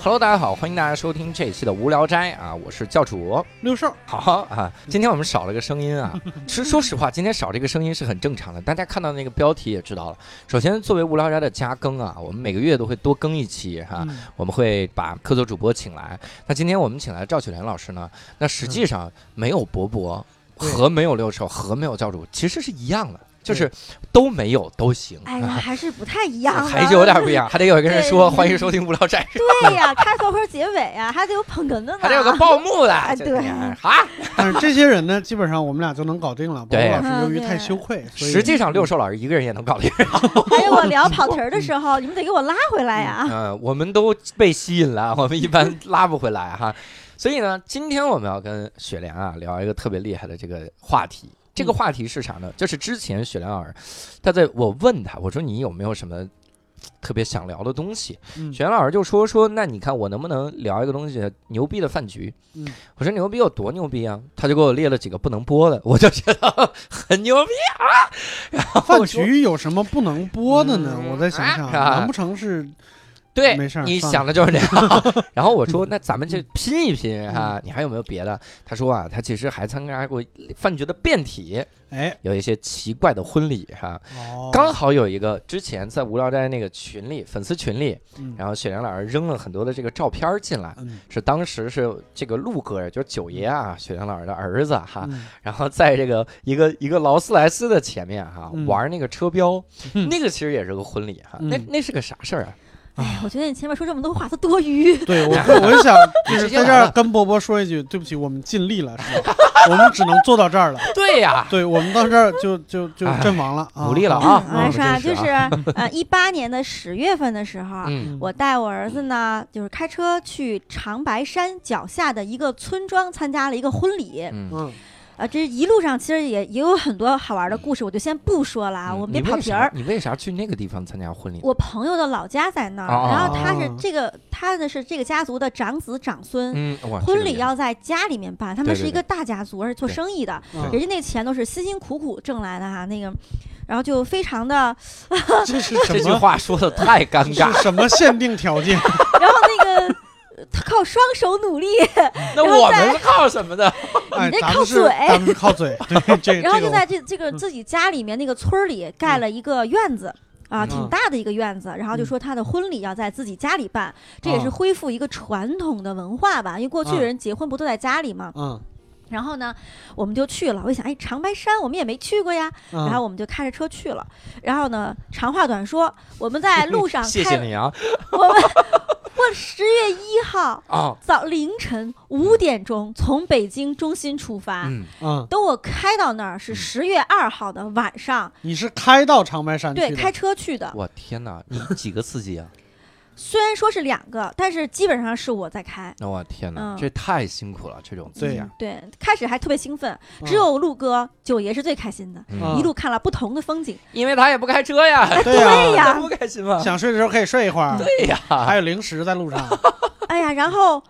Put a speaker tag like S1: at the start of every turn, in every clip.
S1: Hello，大家好，欢迎大家收听这一期的无聊斋啊，我是教主。
S2: 六兽，
S1: 好啊，今天我们少了个声音啊。其实说实话，今天少这个声音是很正常的。大家看到那个标题也知道了。首先，作为无聊斋的加更啊，我们每个月都会多更一期哈、
S2: 嗯
S1: 我们会把客座主播请来。那今天我们请来赵雪莲老师呢，那实际上没有博博
S2: 对
S1: 和没有六兽和没有教主其实是一样的，就是都没有都 行。
S3: 哎呀，还是不太一样啊，
S1: 还是有点不一样，还得有一个人说
S3: 对
S1: 欢迎收听无聊斋，
S3: 对呀，开头和结尾啊，还得有捧哏的呢，
S1: 还得有个报幕的，
S3: 哎
S1: 这
S3: 对
S1: 啊。
S2: 但是这些人呢，基本上我们俩就能搞 定了。
S1: 对
S2: 包括老师由于
S3: 嗯对
S2: 太羞愧，所以
S1: 实际上，六兽老师一个人也能搞定。
S3: 还有我聊跑题儿的时 候，你们得给我拉回来呀。
S1: 嗯、我们都被吸引了，我们一般 拉不回来哈。所以呢，今天我们要跟雪莲啊聊一个特别厉害的这个话题。这个话题是啥呢？就是之前雪莲老师，他在我问他，我说你有没有什么特别想聊的东西？
S2: 嗯
S1: 雪莲老师就说说，那你看我能不能聊一个东西牛逼的饭局？
S2: 嗯
S1: 我说牛逼有多牛逼啊？他就给我列了几个不能播的，我就觉得 很牛逼啊。然后
S2: 饭
S1: 我说
S2: 局有什么不能播的呢？
S1: 嗯
S2: 我再想想，
S1: 啊
S2: 难不成是
S1: 对，
S2: 没事儿嗯
S1: 你
S2: 算
S1: 想的就是这样。 然后我说，那咱们就拼一拼哈、
S2: 嗯
S1: 你还有没有别的？他说啊，他其实还参加过饭局的辩题，
S2: 哎？
S1: 有一些奇怪的婚礼哈、
S2: 哦，
S1: 刚好有一个之前在无聊斋那个群里粉丝群里，
S2: 嗯
S1: 然后雪莲老师扔了很多的这个照片儿进来。
S2: 嗯
S1: 是当时是这个陆哥，就是九爷啊，雪莲老师的儿子哈，
S2: 嗯
S1: 然后在这个一个一个劳斯莱斯的前面哈、
S2: 嗯
S1: 玩那个车标，
S2: 嗯
S1: 那个其实也是个婚礼哈，那
S2: 嗯
S1: 那是个啥事儿啊？
S3: 哎呀，我觉得你前面说这么多话都 多余，
S2: 对我我就想就
S1: 直
S2: 是
S1: 接来
S2: 在
S1: 了
S2: 这儿跟波波说一句，对不起，我们尽力了，是吧？ 我们只能做到这儿了。
S1: 对呀、
S2: 对我们到这儿就就就
S1: 哎
S2: 阵亡了，啊
S1: 努力了啊！
S3: 我跟你说啊，就
S1: 真
S3: 是呃，一八年的十月份的时候。
S1: 嗯，
S2: 嗯
S3: 我带我儿子呢，就是开车去长白山脚下的一个村庄参加了一个婚礼，
S1: 嗯，
S2: 嗯
S3: 啊，这一路上其实也也有很多好玩的故事，我就先不说了啊，我们别
S1: 嗯你
S3: 跑
S1: 为
S3: 题
S1: 啥
S3: 儿。
S1: 你为啥去那个地方参加婚礼？
S3: 我朋友的老家在那儿，
S1: 哦
S3: 然后他是
S2: 哦
S3: 这个他的是这个家族的长子长孙，
S1: 嗯，哇
S3: 婚礼要在家里面办，他
S1: 对
S3: 们
S1: 对
S3: 是一
S1: 对
S3: 个大家族，而且做
S1: 对
S3: 生意的，
S2: 嗯
S3: 人家那钱都是辛辛苦苦挣来的哈，那个，然后就非 常的，
S2: 这是
S1: 这个这
S2: 什
S1: 句
S2: 么？
S1: 话说的太 尴
S2: 这
S1: 尬。
S2: 是什么限定条件？
S3: 然后那个呃靠双手努力，
S1: 那我们是靠什么的？
S2: 哎，
S3: 得
S2: 咱
S3: 靠
S2: 们是
S3: 嘴
S2: 咱们是靠嘴，对这
S3: 然后就在
S2: 这
S3: 这这个
S2: 嗯
S3: 自己家里面那个村儿里盖了一个院子。啊，
S2: 嗯
S3: 挺大的一个院子，然
S1: 嗯
S3: 后就说他的婚礼要在自己家里办，这
S1: 哦
S3: 也是
S2: 啊
S3: 恢复一个传统的文化吧，因为过
S1: 嗯
S3: 去
S2: 啊
S3: 人结婚不都在家里嘛。
S2: 个我嗯
S3: 然后呢，我们就去了。我一想，哎，长白山我们也没去过呀，
S2: 嗯，
S3: 然后我们就开着车去了。然后呢，长话短说，我们 在路上
S1: 谢
S3: 开，
S1: 谢你啊！
S3: 我们我十月一号
S1: 啊，
S3: 早凌晨五点钟从北京中心出发，
S1: 嗯，
S2: 嗯，
S3: 等我开到那儿是
S1: 嗯
S3: 十月二号的晚上，
S2: 你是开到长白山去的？
S3: 对，开车去的。
S1: 我天哪， 你几个司机啊？
S3: 虽然说是两个，但是基本上是我在开。
S1: 那我天哪，
S3: 嗯
S1: 这太辛苦了，这种
S2: 对
S1: 呀
S2: 呀，
S3: 对，开始还特别兴奋，
S2: 嗯
S3: 只有陆哥、九爷是最开心的，
S1: 嗯
S2: 嗯
S3: 一路看了不同的风景。哎
S1: 因为他也不开车 呀，
S2: 对呀
S3: 对呀
S1: 那不开心吗？
S2: 想睡的时候可以睡一会
S3: 嗯
S2: 儿，
S1: 对呀，啊
S2: 还有零食在路上。
S3: 哎呀，然后，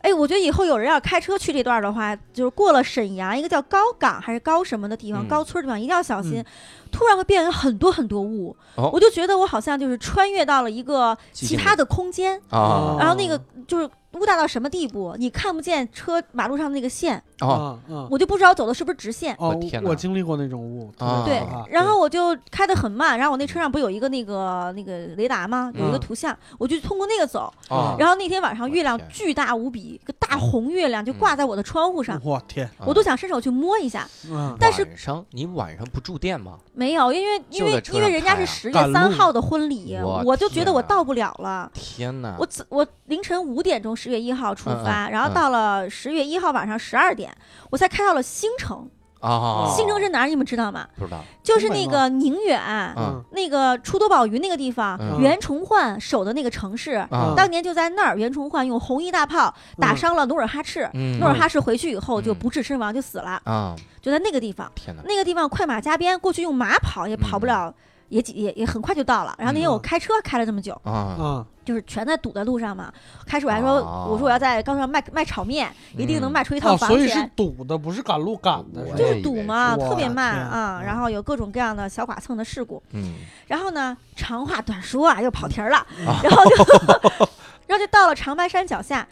S3: 哎，我觉得以后有人要开车去这段儿的话，就是过了沈阳一个叫高岗还是高什么的地方，
S1: 嗯
S3: 高村儿地方一定要小心，
S2: 嗯
S3: 突然会变成很多很多雾。
S1: 哦
S3: 我就觉得我好像就是穿越到了一个
S1: 寂
S3: 其
S1: 静
S3: 他的空间，
S2: 嗯
S1: 啊
S3: 然后那个就是。雾大到什么地步？你看不见车马路上那个线，
S1: 哦，
S2: 嗯嗯
S3: 我就不知道走的是不是直线。
S2: 哦
S1: 我天，哪
S2: 我经历过那种雾，
S1: 啊
S2: 特别
S3: 对
S2: 可怕
S3: 然后我就开得很慢，然后我那车上不是有一个那个那个雷达吗？有一个
S2: 嗯
S3: 图像，我就通过那个走。
S1: 哦
S3: 然后那天晚上
S1: 我
S3: 月亮
S1: 天嗯
S3: 巨大无比，一个大红月亮就挂在我的窗户上，
S2: 我天，
S3: 我都想伸手去摸一下，
S2: 嗯，
S3: 但是
S1: 哦晚上你晚上不住店吗？
S3: 没有，因为因
S1: 就在
S3: 为
S1: 车上
S3: 因为人家
S1: 拍啊
S3: 是十
S2: 赶
S3: 月
S2: 路
S3: 三号的婚礼，
S1: 我
S3: 我就觉得我
S1: 天啊
S3: 到不了了。
S1: 天哪，
S3: 我自我凌晨五点钟，十月一号出发，
S1: 嗯嗯
S3: 然后到了十月一号晚上十二点，我才开到了新城。
S1: 啊，
S3: 新城是哪儿？你们知道吗？
S1: 不知道，
S3: 就是
S2: 东北
S3: 那
S2: 吗
S3: 个宁远，
S1: 嗯
S3: 那个出多宝云那个地方，
S1: 嗯
S3: 袁崇焕守的那个城市。
S1: 啊，
S3: 当年就在那儿，袁崇焕用红衣大炮打
S2: 嗯
S3: 伤了努尔哈赤，
S1: 嗯
S3: 努尔哈赤回去以后就
S1: 嗯
S3: 不治身亡，就死了，
S1: 啊，
S3: 就在那个地方。
S1: 天哪，
S3: 那个地方快马加鞭，过去用马跑也跑不了，也几也也很快就到了。然后那天我
S2: 嗯
S3: 开车开了这么久，
S1: 啊，
S2: 嗯
S3: 就是全在堵在路上嘛。开始我还说，
S1: 哦
S3: 我说我要在高速上卖卖炒面，一定能卖出一
S2: 哦，
S3: 套房
S2: 所以是
S3: 钱。
S2: 堵的，不是赶路赶的，
S1: 我
S2: 是
S3: 就
S2: 吧
S3: 是堵嘛，
S2: 我以为是
S3: 特别慢
S2: 我的天
S3: 啊、
S2: 嗯
S3: 然后有各种各样的小剐蹭的事故。
S1: 嗯
S3: 然后呢，长话短说啊，又跑题儿了。
S2: 嗯
S3: 然后就，然后就就到了长白山脚下，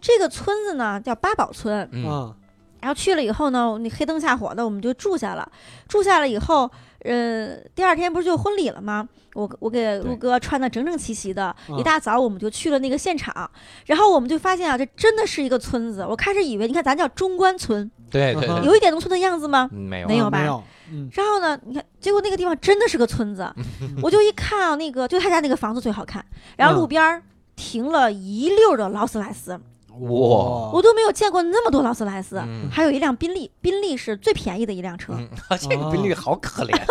S3: 这个村子呢叫八宝村。
S1: 嗯
S2: 啊，
S3: 然后去了以后呢，你黑灯瞎火的，我们就住下了。住下了以后，呃，第二天不是就婚礼了吗？我我给陆哥穿的整整齐齐的，
S2: 嗯
S3: 一大早我们就去了那个现场。然后我们就发现啊，这真的是一个村子。我开始以为，你看咱叫中关村，
S1: 对对
S2: 嗯
S1: 对，
S3: 有一点农村的样子吗？
S1: 嗯没有
S3: 没有
S2: 啊
S3: 吧
S2: 没有，嗯，
S3: 然后呢，你看，结果那个地方真的是个村子，我就一看啊，那个就他家那个房子最好看，然
S2: 嗯
S3: 后路边儿停了一溜儿的劳斯莱斯，
S2: 哦
S1: 哇，
S3: 我都没有见过那么多劳斯莱斯，
S1: 嗯
S3: 还有一辆宾利，宾利是哦最便宜的一辆车，
S1: 嗯， 这个比例好可怜，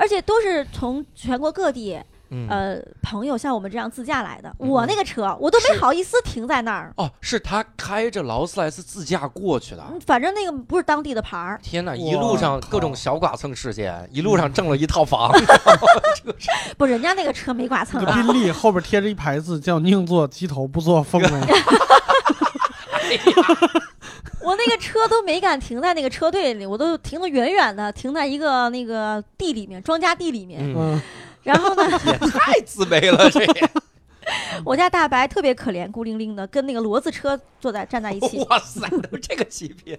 S3: 而且都是从全国各地
S1: 嗯
S3: 呃朋友像我们这样自驾来的，
S1: 嗯
S3: 我那个车我都没
S1: 是
S3: 好意思停在那儿，
S1: 哦，是他开着劳斯莱斯自驾过去的。啊
S3: 嗯反正那个不是当地的牌儿，
S1: 天哪！
S2: 哇
S1: 一路上各种小剐蹭事件，一路上挣了一套房。
S3: 不，人家那个车没剐蹭
S2: 那
S3: 啊
S2: 个。宾利后边贴着一牌子叫“宁做鸡头，不做凤尾
S3: 我那个车都没敢停在那个车队里，我都停得远远的，停在一个那个地里面，庄稼地里面。”。
S1: 嗯，
S2: 嗯，
S3: 然后呢，
S1: 也 太自卑了，这也。
S3: 我家大白特别可怜，孤零零的，跟那个骡子车坐在站在一起。
S1: 哇塞，都这个级别。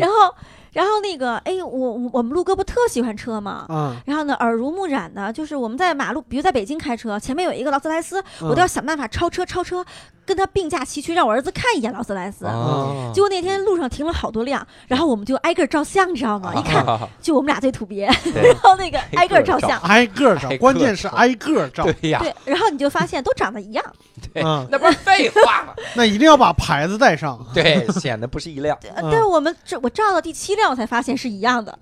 S3: 然后，然后那个，哎，我我我们陆哥不特喜欢车吗？
S2: 啊，
S3: 然后呢，耳濡目染的，就是我们在马路，比如在北京开车，前面有一个劳斯莱斯，
S2: 嗯
S3: 我都要想办法超车超车，跟他并驾齐驱，让我儿子看一眼劳斯莱斯。
S1: 啊
S3: 结果那天路上停了好多辆，然后我们就挨个儿照相，你知道吗？一看，
S1: 看，
S3: 就我们俩最土鳖，
S1: 对
S3: 然后那个挨个儿照
S1: 挨
S3: 相，
S2: 挨个
S1: 挨个
S2: 儿
S1: 儿
S2: 找，关键是挨个儿找，
S1: 对呀，
S3: 对，然后你就发现都长得一样，
S1: 对
S2: 啊，
S1: 那不是废话吗？
S2: 那一定要把牌子带上。
S1: 对，显得不是一辆。
S3: 呃
S2: 嗯
S3: 但是我们这我照到第七辆我才发现是一样的，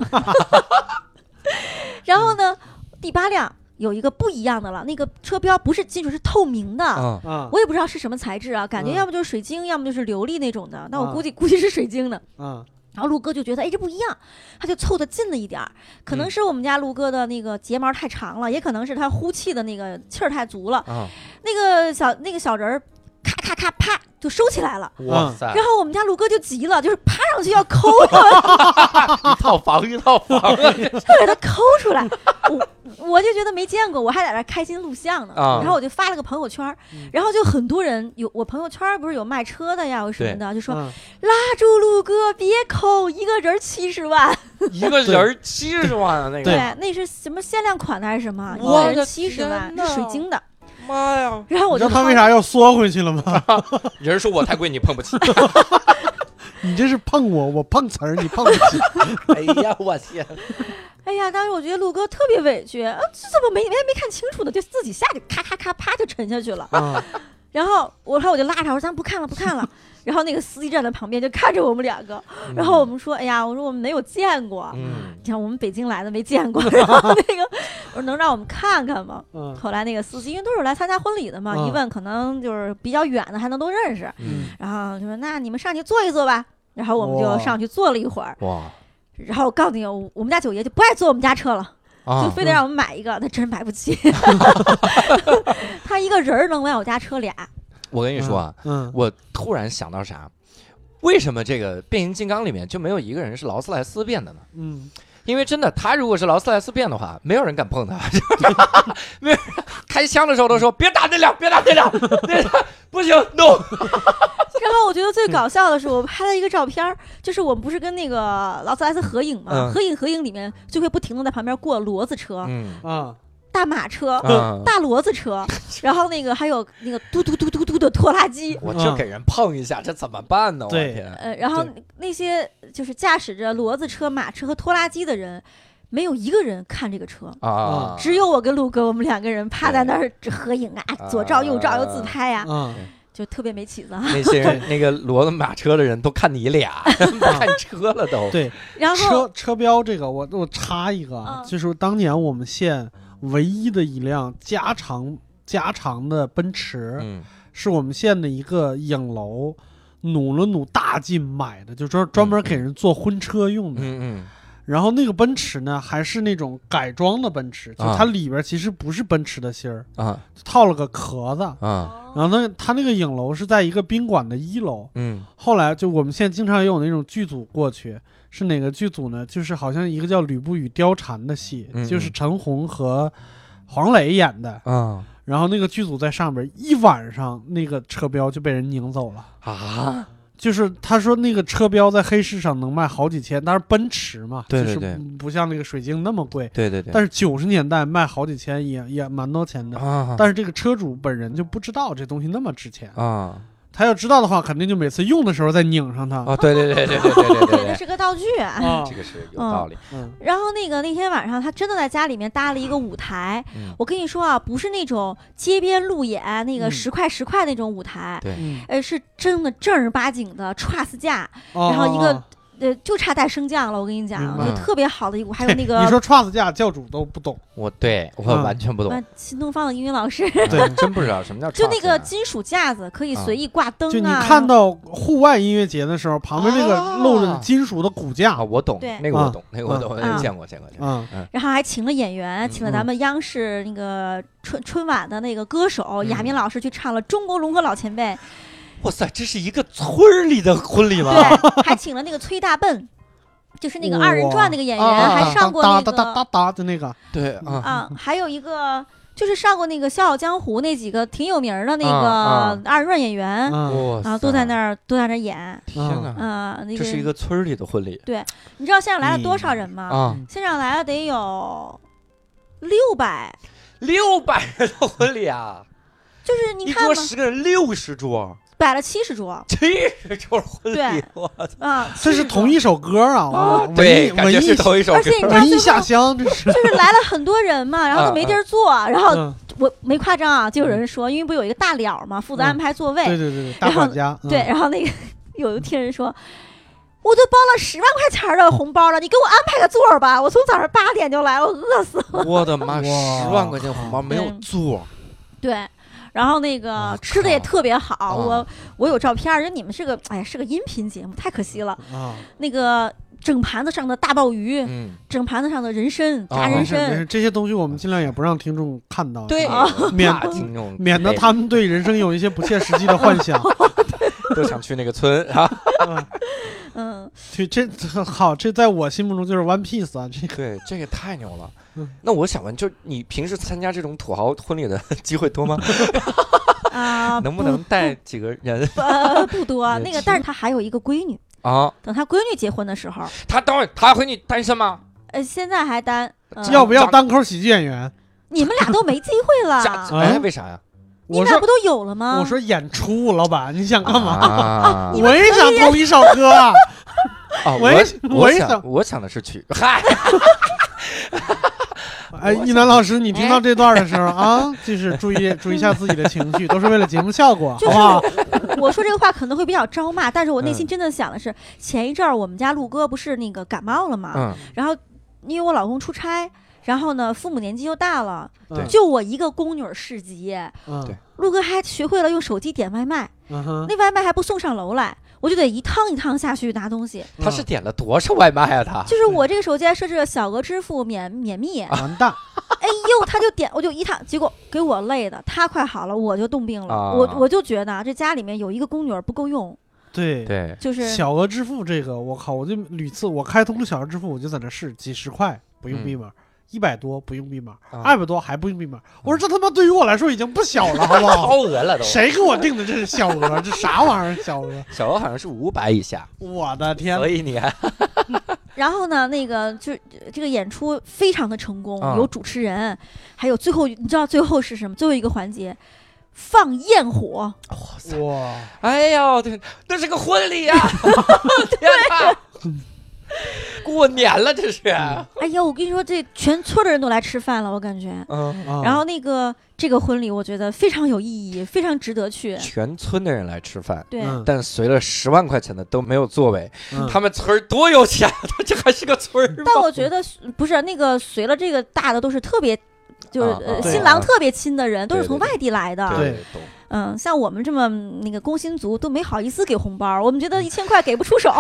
S3: 然后呢，第八辆有一个不一样的了，那个车标不是金属，是透明的。
S1: 嗯，
S2: 啊
S3: 我也不知道是什么材质啊，感觉
S2: 嗯
S3: 要么就是水晶，要么就是琉璃那种的。但我
S2: 啊
S3: 估计估计是水晶的。
S2: 啊
S3: 然后陆哥就觉得，哎，这不一样，他就凑得近了一点儿。可能
S1: 嗯
S3: 是我们家陆哥的那个睫毛太长了，也可能是他呼气的那个气儿太足了。
S1: 啊，
S3: 那个小那个小人儿，咔咔咔啪就收起来了。
S1: 哇塞，
S3: 然后我们家陆哥就急了，就是爬上去要抠他，
S1: 一套房一套房啊
S3: 就给他抠出来。我我就觉得没见过，我还在那儿开心录像呢。
S1: 啊
S3: 然后我就发了个朋友圈儿
S2: 嗯，
S3: 然后就很多人有我朋友圈儿不是有卖车的呀，有什么
S1: 对
S3: 的，就说
S2: 啊
S3: 拉住陆哥别抠，一个人七十万。
S1: 一个人七十万啊，那个，
S3: 对，那是什么限量款的还是什么？一
S1: 我
S3: 个人
S1: 的
S3: 七十万，
S1: 天呐
S3: 是水晶的。
S1: 妈呀！
S3: 然后我
S2: 你知道
S3: 就
S2: 他
S3: 薅
S2: 为啥要缩回去了吗？
S1: 人说我太贵，你碰不 起。
S2: 你这是碰我，我碰瓷儿，你碰不起。
S1: 哎呀，我天！
S3: 哎呀，当时我觉得陆哥特别委屈，啊，这怎么没没没看清楚呢？就自己下去咔咔咔啪就沉下去了。
S2: 啊，
S3: 然后我后来我就拉着他，我说咱不看了，不看 了。然后那个司机站在旁边就看着我们两个，
S2: 嗯
S3: 然后我们说，哎呀，我说我们没有见过，
S1: 嗯，
S3: 你看我们北京来的没见 过。然后那个我说能让我们看看吗？
S2: 嗯
S3: 后来那个司机因为都是来参加婚礼的嘛，
S2: 嗯
S3: 一问可能就是比较远的还能都认识，
S1: 嗯，
S3: 然后就说那你们上去坐一坐吧。然后我们就
S2: 哇
S3: 上去坐了一会儿，
S1: 哇
S3: 然后我告诉你，我我们家九爷就不爱坐我们家车了，就
S1: 啊！
S3: 非得让我们买一
S2: 嗯
S3: 个，他真买不起。他一个人儿能买我家车俩，
S1: 我跟你说啊，
S2: 嗯，
S1: 我突然想到啥？为什么这个变形金刚里面就没有一个人是劳斯莱斯变的呢？
S2: 嗯
S1: 因为真的，他如果是劳斯莱斯变的话，没有人敢碰他。 没有人开枪的时候都说别打那辆，别打那辆，那辆不行，no。
S3: 然后我觉得最
S2: 嗯
S3: 搞笑的是，我拍了一个照片儿，就是我们不是跟那个劳斯莱斯合影嘛，
S1: 嗯
S3: 合影合影里面就会不停的在旁边过骡子车、
S1: 嗯
S2: 啊，
S3: 大马车、
S1: 啊，
S3: 大骡子 车，然后那个还有那个嘟嘟嘟嘟嘟的拖 拉机。
S1: 我这给人碰一下，这怎么办呢？我的
S2: 对
S1: 天，
S3: 呃，然后那些就是驾驶着骡子车、马车和拖拉机的人，没有一个人看这个车，
S2: 嗯
S1: 啊，
S3: 只有我跟陆哥，我们两个人趴在那儿合影啊，
S1: 啊
S3: 左照右照又自拍呀、
S2: 啊，
S3: 就特别没起子啊。
S1: 那些人那个骡子马车的人都看你俩， 看车了都。
S2: 对，
S3: 然后
S2: 车车标这个，我我插一个啊，
S3: 嗯
S2: 就是当年我们县唯一的一辆加长加长的奔驰，
S1: 嗯
S2: 是我们县的一个影楼努了努大劲买的，就专专门给人做婚车用的。
S1: 嗯
S2: 然后那个奔驰呢，还是那种改装的奔驰，就
S1: 啊
S2: 它里边其实不是奔驰的芯儿，
S1: 嗯啊
S2: 就套了个壳子。
S1: 啊
S2: 然后那它那个影楼是在一个宾馆的一楼，
S1: 嗯
S2: 后来就我们现在经常也有那种剧组过去，是哪个剧组呢？就是好像一个叫《吕布与貂蝉》的戏，
S1: 嗯
S2: 就是陈红和黄磊演的。
S1: 嗯
S2: 然后那个剧组在上边一晚上，那个车标就被人拧走了。
S1: 啊，
S2: 就是他说那个车标在黑市上能卖好几千，但是奔驰嘛，
S1: 对对
S2: 就
S1: 对
S2: 是不像那个水晶那么贵。
S1: 对对对，
S2: 但
S1: 是
S2: 是九十年代卖好几千也也蛮多钱的。
S1: 啊，
S2: 但是这个车主本人就不知道这东西那么值钱，
S1: 啊
S2: 他要知道的话，肯定就每次用的时候再拧上它。
S1: 啊，对对对对对对对
S3: 对，
S1: 对，
S3: 那是个道具。
S2: 啊
S1: 这，个是有道理。
S2: 嗯
S3: 然后那个那天晚上，他真的在家里面搭了一个舞台。
S1: 嗯，
S3: 我跟你说啊，不是那种街边路演那个
S2: 嗯
S3: 十块十块那种舞台，
S1: 对
S2: 嗯，
S3: 呃，是真的正儿八经的 trust 架，
S2: 然
S3: 然后一个
S2: 哦
S3: 呃，就差带升降了。我跟你
S2: 明
S3: 讲，
S2: 白
S3: 就特别好的一股，还有那
S2: 你
S3: 个啊
S2: 说 trust 架教主都不懂，
S1: 我对我
S2: 嗯
S1: 完全不懂，
S3: 呃新东方的英语老师，
S2: 对
S1: 真不知道什么叫啊
S3: 就那个
S1: trust
S3: 金属架子可以
S1: 啊
S3: 随意挂灯啊。
S2: 啊就你看到户外音乐节的时候，旁边那
S1: 啊
S2: 个露着金属的骨
S1: 啊，
S2: 架，
S1: 我懂
S3: 对，
S1: 那个我
S2: 啊
S1: 懂，那个我懂，
S3: 啊
S1: 见过见过见过。
S2: 嗯，
S3: 然后还请了演员，请了咱
S2: 嗯
S3: 们央视那个春春晚的那个歌手
S1: 嗯
S3: 亚明老师去唱了《中国龙和老前辈
S1: 哇塞，这是一个村儿里的婚礼》，吗？
S3: 对，还请了那个崔大笨，就是那个二人转那个演员，
S2: 啊
S1: 哇
S3: 还上过那
S2: 哒哒哒哒
S3: 个
S2: 哒哒的那个，
S1: 对啊，
S2: 嗯
S3: 啊，还有一个就是上过那个《笑傲江湖》那几个挺有名儿的那
S1: 啊
S3: 个二人转演员
S2: 嗯，
S1: 哇
S3: 啊，都在那
S1: 儿。
S3: 儿都在那儿演，
S1: 天哪，
S3: 啊，那
S1: 这是一个村儿里的婚礼
S3: 你知道现场来了多少人吗？
S1: 啊！
S3: 现场来了得有六百，
S1: 六百人的婚礼啊！
S3: 就是 你
S1: 一
S3: 看
S1: 桌
S3: 嘛，
S1: 十个人，六十桌，
S3: 摆了七十桌
S1: 七十桌婚礼
S3: 对，
S1: 我操！
S3: 啊，
S2: 这是
S3: 70桌
S2: 同一首歌啊，
S3: 哦
S2: 哇文
S1: 对，
S2: 艺
S1: 感
S2: 文
S1: 觉是
S2: 艺
S1: 同一首歌
S3: 而且你知道
S2: 文
S3: 最
S2: 艺下
S3: 后
S2: 乡，这是，
S3: 就是来了很多人嘛，然后就没地儿坐，然后
S2: 嗯
S3: 我没夸张啊，就有人说，因为不有一个大了嘛，负责安排座位，
S2: 对对对，对大管家，嗯
S3: 对，然后那个 有一听人说。我都包了十万块钱的红包了，你给我安排个座儿吧！我从早上八点就来了，我饿死了。
S1: 我的妈，
S2: 哇
S1: 十万块钱红包没有座，
S3: 对，然后那
S1: 我
S3: 个吃的也
S1: 啊靠
S3: 特别好，
S1: 啊
S3: 我我有照片儿，因为你们是个哎呀是个音频节目，太可惜了。
S2: 啊，
S3: 那个整盘子上的大鲍鱼，
S1: 嗯，
S3: 整盘子上的人参、
S1: 啊
S3: 炸
S2: 没
S3: 人
S2: 事没事，
S3: 参，
S2: 这些东西我们尽量也不让听众看到，
S1: 对
S3: 啊，
S2: 免
S1: 怕听众
S2: 免得他们对人生有一些不切实际的幻 想。
S1: 都想去那个村啊。
S2: 嗯
S3: 嗯，
S2: 去这好，这在我心目中就是 One Piece 啊，这 个
S1: 对，这个太牛了
S2: 嗯。
S1: 那我想问，就你平时参加这种土豪婚礼的机会多吗？
S3: 啊，
S1: 能不能带几个人
S3: 不呃不多
S1: 也
S3: 那个，
S1: 是
S3: 但是他还有一个闺女。
S1: 啊？
S3: 等他闺女结婚的时候，
S1: 他等会儿他和你单身吗？
S3: 呃，现在还单，
S1: 呃
S3: 嗯
S2: 要不要单口喜剧演员？
S3: 你们俩都没机会
S1: 家
S3: 了，
S1: 哎，
S2: 啊
S1: 为啥呀？
S3: 你
S2: 我
S3: 们俩
S2: 说
S3: 不都啊有了吗？
S2: 我说演出，老板你想干嘛？
S1: 啊
S3: 啊
S1: 嘛
S2: 我也想同一首歌 啊，
S1: 啊，
S2: 我
S1: 我
S2: 也
S1: 我
S2: 我也
S1: 想
S2: 想
S1: 我想的是曲，嗨，
S2: 哎，一楠老师，你听到这段的
S3: 哎
S2: 时候啊，就是注意注意一下自己的情绪，都是为了节目效果，
S3: 就
S2: 好
S3: 是
S2: 不好？
S3: 我说这个话可能会比较招骂，但是我内心
S1: 嗯
S3: 真的想的是，前一阵儿我们家陆哥不是那个感冒了嘛，
S1: 嗯，
S3: 然后因为我老公出差，然后呢父母年纪又大了，
S1: 对
S3: 就我一个宫女儿市集，
S2: 嗯
S1: 对
S3: 陆哥还学会了用手机点外卖，
S2: 嗯哼，
S3: 那外卖还不送上楼来，我就得一趟一趟下去拿东西。
S2: 嗯
S1: 他是点了多少外卖啊？他
S3: 就是我这个手机还设置了小额支付免免密，
S2: 嗯完蛋，
S3: 哎呦，他就点，我就一趟，结果给我累的，他快好了，我就冻病了。
S1: 啊
S3: 我我就觉得啊，这家里面有一个宫女儿不够用，
S2: 对。
S1: 对，
S3: 就是
S2: 小额支付这个，我靠，我就屡次我开通了小额支付，我就在那试，几十块不用
S1: 嗯
S2: 密码，一百多不用密码，
S1: 啊
S2: 二百多还不用密码。我说这他妈对于我来说已经不小了，好不好？
S1: 超额了都。
S2: 谁给我定的这是小额？这啥玩意儿小额？
S1: 小额好像是五百以下，
S2: 我的天
S1: 所！以你还
S3: 然后呢，那个就是这个演出非常的成功，
S1: 啊
S3: 有主持人，还有最后你知道最后是什么？最后一个环节，放焰火，
S1: 哇塞，
S2: 哇，
S1: 哎呦，对，那是个婚礼呀！天哪，过年了这是，
S3: 哎呀，我跟你说，这全村的人都来吃饭了，我感觉。
S1: 嗯，
S2: 啊
S3: 然后那个这个婚礼，我觉得非常有意义，非常值得去。
S1: 全村的人来吃饭。
S3: 对，
S2: 嗯
S1: 但随了十万块钱的都没有座位，
S2: 嗯
S1: 他们村儿多有钱，他 这还是个村儿吗？
S3: 但我觉得是不是那个随了这个大的都是特别，就是、
S1: 啊
S3: 呃
S1: 啊
S3: 新郎特别亲的人，都是
S1: 对
S3: 从
S1: 对对
S3: 外地来的。
S2: 对，
S1: 懂
S3: 嗯，像我们这么那个工薪族都没好意思给红包，我们觉
S1: 嗯
S3: 得一千块给不出手。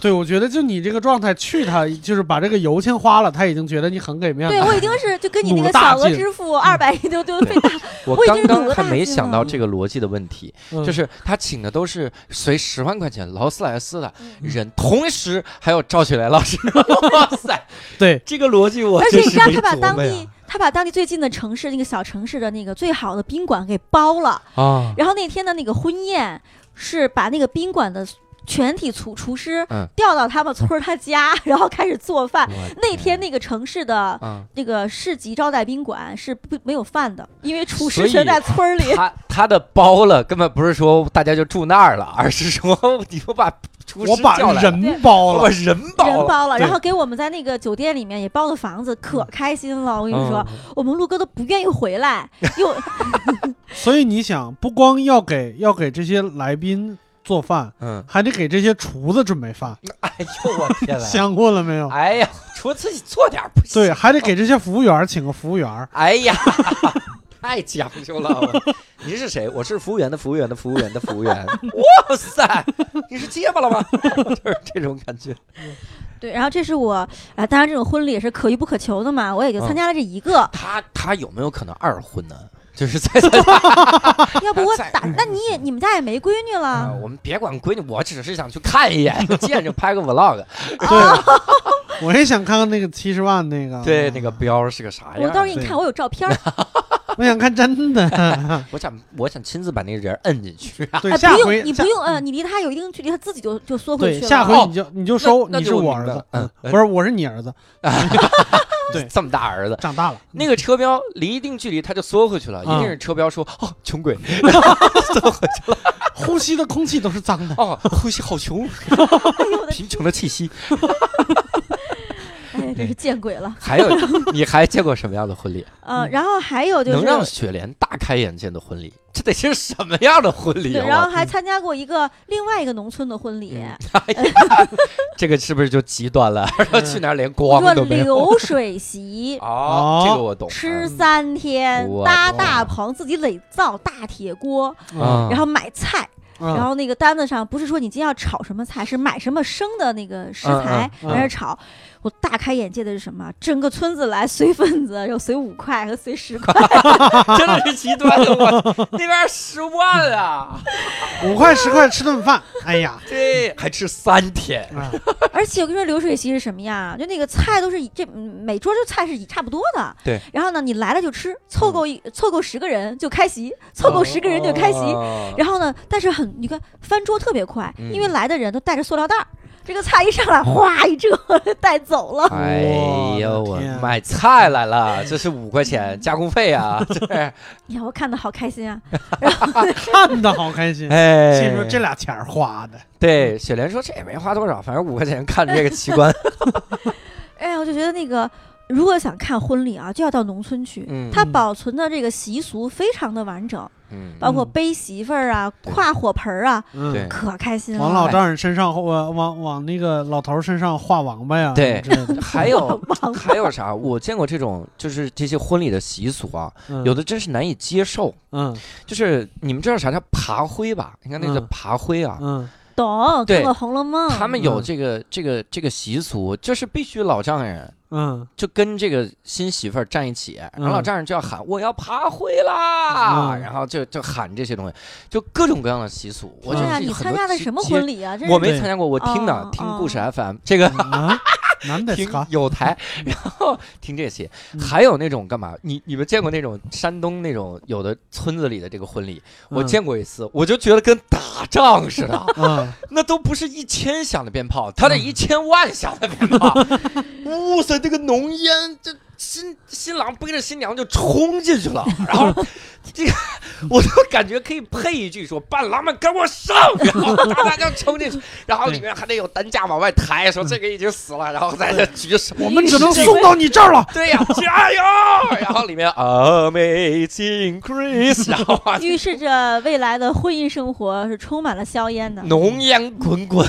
S2: 对，我觉得就你这个状态，去他就是把这个油钱花了，他已经觉得你很给面
S3: 对
S2: 子。
S3: 我已经是就跟你那
S2: 努
S3: 个
S2: 了大
S3: 小额
S2: 劲
S3: 支
S1: 嗯
S3: 付二百都都被打，
S1: 我
S3: 我已
S1: 刚
S3: 经
S1: 刚
S3: 努了
S1: 还
S3: 大
S1: 没
S3: 劲
S1: 想到
S3: 了
S1: 这个逻辑的问题，
S2: 嗯
S1: 就是他请的都是随十万块钱劳斯莱斯的
S3: 嗯
S1: 人，同时还有赵雪莱老师，哇塞，
S2: 对，
S1: 这个逻辑我
S3: 而且
S1: 真
S3: 你
S1: 是
S3: 知道
S1: 没啊琢
S3: 他把当
S1: 磨呀
S3: 地他把当地最近的城市那个小城市的那个最好的宾馆给包了。
S1: 啊，
S3: 然后那天的那个婚宴是把那个宾馆的全体厨厨师
S1: 嗯
S3: 调到他们村儿他家， 然后开始做饭。那天
S1: 那
S3: 那个城市的
S1: 啊，
S3: 那个市级招待宾馆是不没有饭的，因为厨
S1: 所
S3: 师
S1: 以
S3: 全在村儿 里。
S1: 他他的包了，根本不是说大家就住那儿了，而是说 你说把厨师
S2: 我把
S1: 叫来了
S2: 人包
S1: 我把
S2: 了，
S1: 人
S3: 人
S1: 包了，
S3: 包了，
S1: 对嗯
S3: 然后给我们在那个酒店里面也包了房子，可开心了。我
S1: 我
S3: 跟你说，，我们陆哥都不愿意回来，又
S2: 所以你想，不光要给要给这些来宾做饭，
S1: 嗯，
S2: 还得给这些厨子准备饭，
S1: 哎呦我天呐，
S2: 想过了没有？
S1: 哎呀，除自己做点儿不行，
S2: 对，还得给这些服务员儿请个服务 员儿。
S1: 哎呀，太讲究了！我你是谁？我是服务员的服务员的服务员的服务 员。哇塞，你是结巴了 吗？就是这种感觉。
S3: 对，然后这是我啊、当然这种婚礼也是可遇不可求的嘛，我也就
S1: 嗯
S3: 参加了这 一个，
S1: 他他有没有可能二婚呢？就是在 在
S3: 要不我
S1: 在
S3: 打，那你也
S1: 嗯
S3: 你们家也没闺女
S1: 啊，
S3: 了，
S1: 我们别管闺女，我只是想去看一眼，见着拍个 vlog。
S2: 对，我也想看看那个七十万那个。
S1: 对，那个标是个啥
S3: 我
S1: 样
S3: 到时候
S1: 儿？
S3: 给你
S2: 对
S3: 看，我有照片儿。
S2: 我想看真 的。
S1: 我想我想亲自把那个人摁进 去啊！
S2: 对，
S3: 哎，
S2: 下
S3: 不
S2: 回
S3: 用，你
S2: 下
S3: 不用，
S1: 嗯
S3: 呃，你离他有一定距离，他自己就就缩回
S2: 对
S3: 去了。
S2: 下
S1: 哦
S2: 回你就你就说
S1: 那
S2: 你
S1: 就是
S2: 我
S1: 明
S2: 儿
S1: 白了
S2: 子，
S1: 嗯
S2: 不是我是 你儿子，
S1: 这么大儿子，
S2: 长大了。
S1: 那个车标离一定距离他就缩回去了，一定
S2: 嗯
S1: 是车标说哦穷 鬼
S2: 呼吸的空气都是脏 的。
S1: 哦呼吸好穷，
S3: 哎呦我 的，
S1: 贫穷的气息。
S3: 哎，
S1: 嗯
S3: 真是见鬼了。
S1: 还有，你还见过什么样的婚礼？
S3: 呃，然后还有就
S1: 嗯能让
S3: 是，
S1: 雪莲大开眼界的婚礼，这得是什么样的婚礼
S3: 对，
S1: 啊？
S3: 然后
S1: 我
S3: 还参加过一个另外一个农村的婚礼，
S1: 嗯 这个是不是就极端 了？然后去那儿连光
S3: 叫
S1: 都没有。。
S3: 流水席
S1: 哦，这个我懂。
S3: 嗯吃
S1: 嗯
S3: 三天
S1: 我，
S3: 搭
S1: 懂
S3: 大棚，自己垒造大铁锅，
S1: 啊
S3: 然后买菜，
S2: 嗯
S3: 然后那个单子上不是说你今天要炒什么菜，是买什么生的那个食
S1: 嗯
S3: 材
S2: 嗯
S3: 在那炒。我大开眼界的是什么？整个村子来随份子，有随五块和随 十块，
S1: 真的是极端的，我那边十万啊，
S2: 嗯五块十块吃顿饭，哎呀，
S1: 对，还吃三天，
S2: 啊
S3: 而且我跟你说流水席是什么样啊？就那个菜都是以这嗯每桌就菜是以差不多的，
S1: 对。嗯
S3: 然后呢，你来了就吃，凑够一凑够十个人就开席，凑够十个人就开席。
S1: 哦
S3: 然后呢，但是很你看翻桌特别快，因为
S1: 嗯
S3: 来的人都带着塑料袋儿，这个菜一上来哗一折 带 走了。
S1: 哎呦，
S2: 我
S1: 我
S2: 的天啊
S1: 买菜来了，这是五块钱加工费 啊！对，
S3: 你看我看的好开心啊！
S2: 看的好开心。
S1: 哎，
S2: 心说这俩钱儿花的，
S1: 对，雪莲说这也没花多少，反正五块钱看着这个奇 观。
S3: 哎呀，我就觉得那个，如果想看婚礼啊，就要到农村去。
S1: 嗯
S3: 它保存的这个习俗非常的完整，
S1: 嗯
S3: 包括
S2: 嗯
S3: 背媳妇儿啊、
S1: 对
S3: 跨火盆儿啊，
S2: 嗯
S1: 对
S3: 可开心了。
S2: 往
S1: 哎
S2: 老丈人身上，往往往那个老头儿身上画王八呀，
S1: 对
S2: 什么之类的
S1: 还有
S3: 王
S1: 还有啥？我见过这种，就是这些婚礼的习俗啊，
S2: 嗯
S1: 有的真是难以接受。
S2: 嗯
S1: 就是你们知道啥叫爬灰吧？你看那个
S2: 嗯
S1: 爬灰啊，
S2: 嗯
S3: 懂，
S1: 对
S3: 看过《红楼梦》，
S1: 他们有
S2: 嗯
S1: 这个这个这个习俗，就是必须老丈人。
S2: 嗯
S1: 就跟这个新媳妇儿站一起，然后
S2: 嗯
S1: 老丈人就要喊我要爬灰啦，
S2: 嗯
S1: 然后就就喊这些东西，就各种各样的习俗。我
S2: 嗯
S1: 就是
S3: 对啊，
S1: 很
S3: 你
S1: 多
S3: 参加的
S1: 接
S3: 什么
S1: 接
S3: 婚礼啊？这
S1: 我
S3: 是
S1: 没
S2: 对
S1: 参加过，我听的，
S3: 哦
S1: 听故事
S3: 哦
S1: FM 这个
S2: 啊，难得
S1: 听
S2: 擦，
S1: 有台， 然后听这些，
S2: 嗯
S1: 还有那种干嘛？你你们见过那种山东那种有的村子里的这个婚礼？我
S2: 嗯，
S1: 见过一次，我就觉得跟打仗似的
S2: 嗯
S1: 那都不是一千响的鞭炮，他得一千万响的鞭 炮。哇塞，这个浓烟，这新新郎背着新娘就冲进去了，然 后这个我都感觉可以配一句说：“伴郎们跟我上！”然后大家就冲进去，然后里面还得有担架往外抬，说这个已经死了，然后再再举手。
S2: 我们只能送到你这 儿了。
S1: 对呀、加油！然后里面呃 Amazing Grace，然后啊
S3: 预示着未来的婚姻生活是充满了硝烟的。
S1: 浓烟滚滚。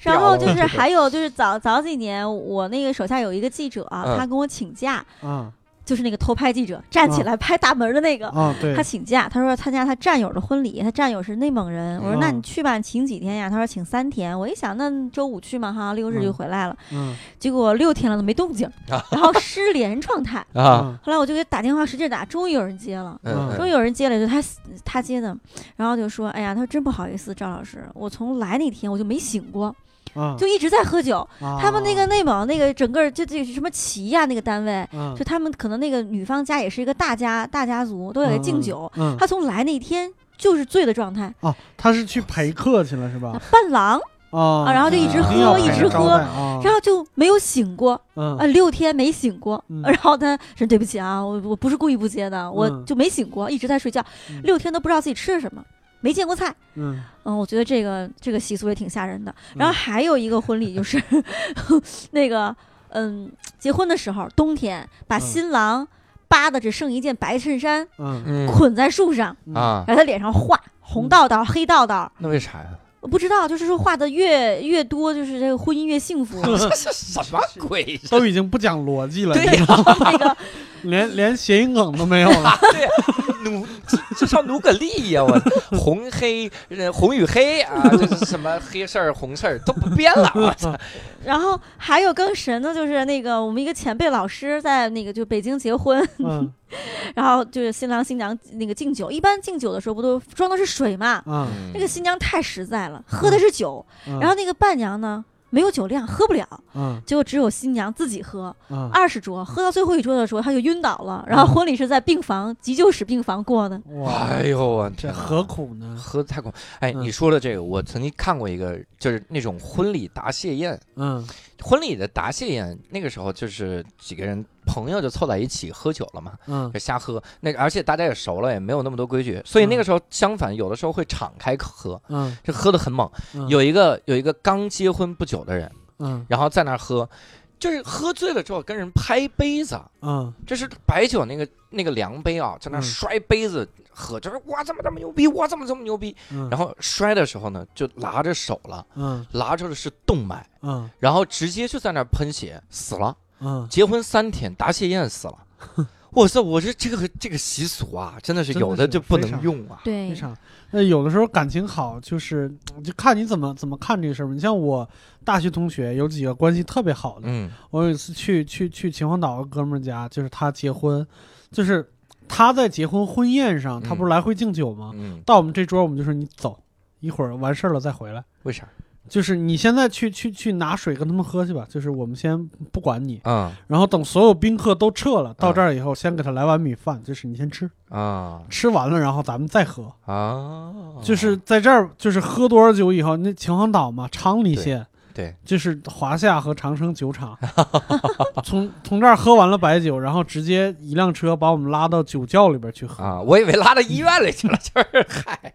S3: 然后就
S1: 屌
S3: 是还有就是早早几年，我那个手下有一个记者啊，
S1: 嗯
S3: 他跟我请假，
S2: 嗯
S3: 就是那个偷拍记者站起
S2: 嗯
S3: 来拍大门的那个，
S2: 啊，对
S3: 他，请假，他说要参加他战友的婚礼，他战友是内蒙人。我说那你
S2: 嗯
S3: 去吧，你请几天呀？他说请三天。我一想，那周五去嘛，哈，六日就
S2: 嗯
S3: 回来了。
S2: 嗯
S3: 结果六天了都没动 静，然后失联状态。
S1: 啊，
S2: 嗯
S3: 后来我就给打电话，使劲打，终于有人接了。
S1: 嗯
S3: 终于有人接了，就他他接的，然后就说：“哎呀，他说真不好意思，赵老师，我从来那天我就没醒过，
S2: 啊，
S3: 就一直在喝酒。他
S2: 他
S3: 们那个内蒙那个整个就这什么旗呀、那个单位，
S2: 嗯
S3: 就他们可能那个女方家也是一个大家大家族，都有敬酒。，
S2: 嗯嗯嗯
S3: 他从来那天就是醉的状态，
S2: 哦，他是去陪客去了是吧？
S3: 伴郎，
S2: 啊
S3: 啊然后就一直
S1: 喝一直
S3: 喝然
S2: 后
S3: 后就没有醒过啊，
S2: 啊嗯
S3: 六天没醒过。
S2: 嗯
S3: 然后他说：“对不起啊，我我不是故意不接的，我
S2: 嗯
S3: 就没醒过，一直在睡觉，
S2: 嗯
S3: 六天都不知道自己吃了什么，没见过菜。”
S2: 嗯
S3: 嗯，我觉得这个这个习俗也挺吓人的。然后
S2: 嗯
S3: 还有一个婚礼就是， 那个嗯，结婚的时候冬天把
S2: 嗯
S3: 新郎扒的只剩一件白衬衫
S2: 嗯
S1: 嗯
S3: 捆在树上，
S2: 嗯
S1: 啊，
S3: 然后他脸上画红
S2: 嗯
S3: 道道、黑道道，
S1: 那为啥呀？
S3: 我不知道，就是说画的越越多，就是这个婚姻越幸福。
S1: 这是什么鬼？
S2: 都已经不讲逻辑了，
S1: 对
S2: 你
S1: 呀、
S3: 那个
S2: 连连谐音梗都没有了。
S1: 对呀、努这这像努个力呀、我 红黑呃红与黑啊，这是什么黑事儿红事儿都不编了，我操！
S3: 然后还有更神的，就是那个我们一个前辈老师在那个就北京结婚，
S2: 嗯
S3: 然后就是新郎新娘那个敬酒，一般敬酒的时候不都装的是水嘛？
S2: 啊，
S3: 那个新娘太实在了，喝的是酒，然后那个伴娘呢没有酒量，喝不了，
S2: 嗯
S3: 结果只有新娘自己喝，
S2: 嗯，
S3: 二十桌喝到最后一桌的时候，她就晕倒了，然后婚礼是在病房急救室病房过的，
S2: 哇，
S1: 哎呦我
S2: 这
S1: 天哪
S2: 何苦呢？
S1: 喝太恐！哎，
S2: 嗯
S1: 你说的这个，我曾经看过一个，就是那种婚礼答谢宴，
S2: 嗯
S1: 婚礼的答谢宴，那个时候就是几个人朋友就凑在一起喝酒了嘛，
S2: 嗯
S1: 就瞎喝。那个而且大家也熟了，也没有那么多规矩，所以那个时候相反，有的时候会敞开喝，
S2: 嗯
S1: 就喝的很猛。有一个有一个刚结婚不久的人，
S2: 嗯
S1: 然后在那儿喝，就是喝醉了之后跟人拍杯子，啊
S2: 嗯
S1: 就是白酒那个那个量杯啊，在那儿
S2: 嗯
S1: 摔杯子喝，就是我怎么这么牛逼，我怎么这么牛逼。
S2: 嗯，
S1: 然
S2: 后
S1: 后摔的时候呢，就拿着手了，
S2: 嗯
S1: 拿着的是动脉，
S2: 嗯
S1: 然后直接就在那儿喷血死了。
S2: 嗯，
S1: 结婚三天，答谢宴死 了。哇塞！我说这个这个习俗啊，真的是
S2: 真的
S1: 有的
S2: 是
S1: 就不
S2: 非
S1: 能
S2: 常
S1: 用啊。
S3: 对
S2: 为，啥？那有的时候感情好，就是就看你怎么怎么看这个事儿吧。你像我大学同学有几个关系特别好的，
S1: 嗯
S2: 我有一次去去去秦皇岛个哥们儿家，就是他结婚，就是他在结婚婚宴上，他不是来回敬酒吗？
S1: 嗯，
S2: 到我们这桌，我们就说你走，一会儿完事儿了再回来。
S1: 为啥？
S2: 就是你现在去去去拿水跟他们喝去吧，就是我们先不管你，
S1: 嗯
S2: 然后等所有宾客都撤了，到这儿以后先给他来碗米饭，就是你先吃，
S1: 啊
S2: 吃完了然后咱们再喝。
S1: 哦啊！
S2: 就是在这儿，就是喝多少酒以后，那秦皇岛嘛，昌黎县，
S1: 对，
S2: 就是华夏和长生酒厂， 从从这儿喝完了白酒，然后直接一辆车把我们拉到酒窖里边去喝。
S1: 啊，我以为拉到医院里去了，就是嗨，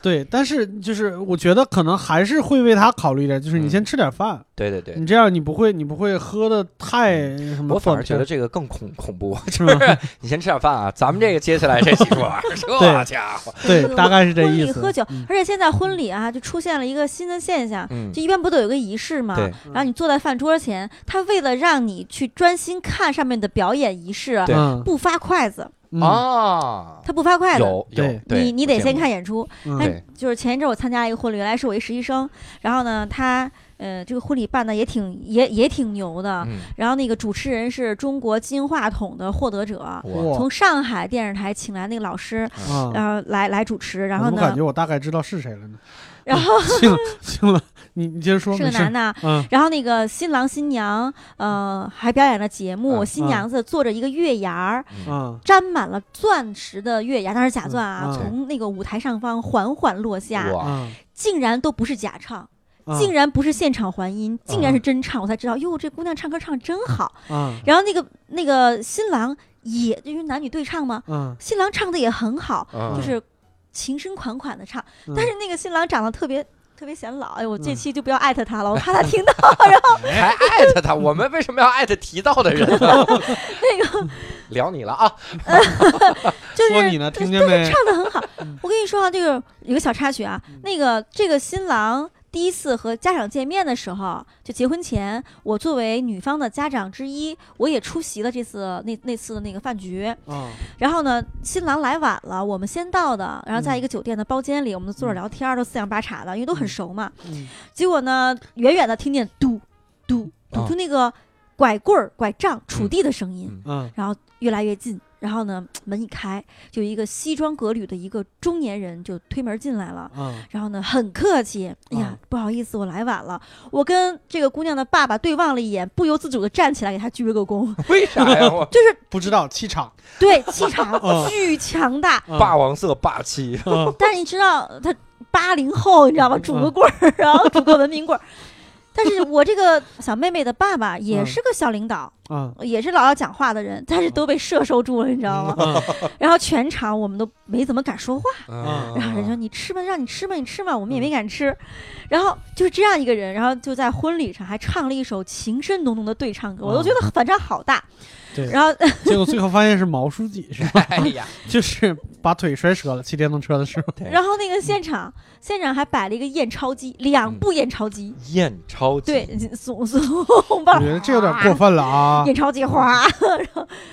S2: 对，但是就是我觉得可能还是会为他考虑一点，就是你
S1: 嗯
S2: 先吃点饭，
S1: 对对对
S3: 嗯
S2: 你，这样你不会你不会喝的太什么断片。
S1: 我反而觉得这个更恐恐怖，
S2: 是
S1: 不
S2: 吧？
S1: 是？你先吃点饭啊，咱们这个接下来这几桌 啊，这
S2: 对
S1: 家伙，
S2: 对，大概是这
S3: 婚
S2: 意
S3: 礼
S2: 思。
S3: 喝酒
S2: 嗯，
S3: 而且现在婚礼啊就出现了一个新的现象。
S1: 嗯
S3: 就一般不都有个仪式吗？
S1: 对
S3: 然后你坐在饭桌前，他为了让你去专心看上面的表演仪式，
S1: 对
S2: 嗯
S3: 不发筷子，
S2: 嗯
S1: 啊，
S3: 他不发筷子，
S1: 有有
S2: 对，
S1: 对
S3: 你你得
S1: 见
S3: 先
S1: 过
S3: 看演出。
S2: 嗯
S1: 对，
S3: 就是前一阵我参加一个婚礼，原来是我一实习生，然后呢，他呃这个婚礼办的也挺也也挺牛的，
S1: 嗯，
S3: 然后那个主持人是中国金话筒的获得者，
S1: 我
S2: 哇
S3: 从上海电视台请来那个老师，
S2: 啊
S3: 然后来来主持，然
S2: 我
S3: 后
S2: 怎么感
S3: 呢，
S2: 觉我大概知道是谁了呢？
S3: 然后
S2: 信了，信了，你你接着说。
S3: 是个
S2: 没事
S3: 男的。
S2: 嗯
S3: 然后那个新郎新娘，呃，还表演了节目。
S1: 嗯
S3: 新娘子坐着一个月牙儿，
S2: 啊
S3: 沾满了钻石的月牙，但是假钻啊，
S2: 嗯嗯
S3: 从那个舞台上方缓缓落下，
S1: 哇，
S2: 啊
S3: 竟然都不是假唱，
S2: 啊
S3: 竟然不是现场还音，竟然是真唱，我才知道，哟，这姑娘唱歌唱真好。
S2: 啊
S3: 然后那个那个新郎也因为男女对唱嘛，
S2: 啊！
S3: 新郎唱的也很好，
S1: 嗯
S3: 就是 情深款款的唱。
S2: 嗯
S3: 但是那个新郎长得特别特别显老，哎，我这
S2: 嗯
S3: 期就不要艾特他了，我怕他听到
S2: 哎
S1: 还艾特他，我们为什么要艾特提到的人呢？
S3: 那个，
S1: 聊你了啊，
S3: 就
S2: 说你
S3: 是
S2: 呢，听见没？
S3: 唱的很好
S2: 嗯。
S3: 我跟你说啊，这个有个小插曲啊，那个这个新郎。第一次和家长见面的时候，就结婚前，我作为女方的家长之一，我也出席了这次那那次的那个饭局。
S2: 啊
S3: 然后呢，新郎来晚了，我们先到的，然后在
S2: 嗯
S3: 一个酒店的包间里，我们坐着聊天儿，都四仰八叉的，因为都很熟嘛。
S2: 嗯
S3: 结果呢，远远的听见嘟嘟
S1: 啊
S2: 哦
S3: 嘟，就那个拐棍儿、拐杖杵地的声音，
S1: 嗯
S2: 嗯
S3: 然后越来越近，然后呢，门一开，就一个西装革履的一个中年人就推门进来了。
S2: 啊，
S3: 然后呢，很客气，哎
S2: 啊，
S3: 呀不好意思，我来晚了。我跟这个姑娘的爸爸对望了一眼，不由自主的站起来给她鞠了个躬，
S1: 为啥呀？我
S3: 就是
S2: 不知道气场，
S3: 对气场
S2: 啊
S3: 巨 强大。
S2: 啊
S1: 霸王色霸气，
S2: 啊
S3: 但是你知道他八零后，你知道吧？拄个棍儿，然后拄个文明棍儿。但是我这个小妹妹的爸爸也是个小领导，
S2: 啊
S3: 也是老要讲话的人，但是都被射收住了，你知道吗？
S2: 啊
S3: 然后全场我们都没怎么敢说话。
S2: 啊
S3: 嗯
S2: 嗯
S3: 然后
S1: 嗯
S3: 人说你吃吧，让你吃吧，你吃吧，我们也没敢吃。然后就是这样一个人，然后就在婚礼上还唱了一首情深浓浓的对唱歌，我都觉得反差好大。
S2: 啊对哎
S3: 然后
S2: 结果最后发现是毛书记，是吧
S1: 哎呀，
S2: 就是把腿摔折了，骑电动车的时候。
S1: 对
S3: 然后那
S2: 嗯
S3: 个现场现场还摆了一个验钞机，两部验钞机。
S1: 验钞机，
S3: 对，怂怂红包
S2: 我，觉得这有点过分了 啊！
S3: 验钞机花，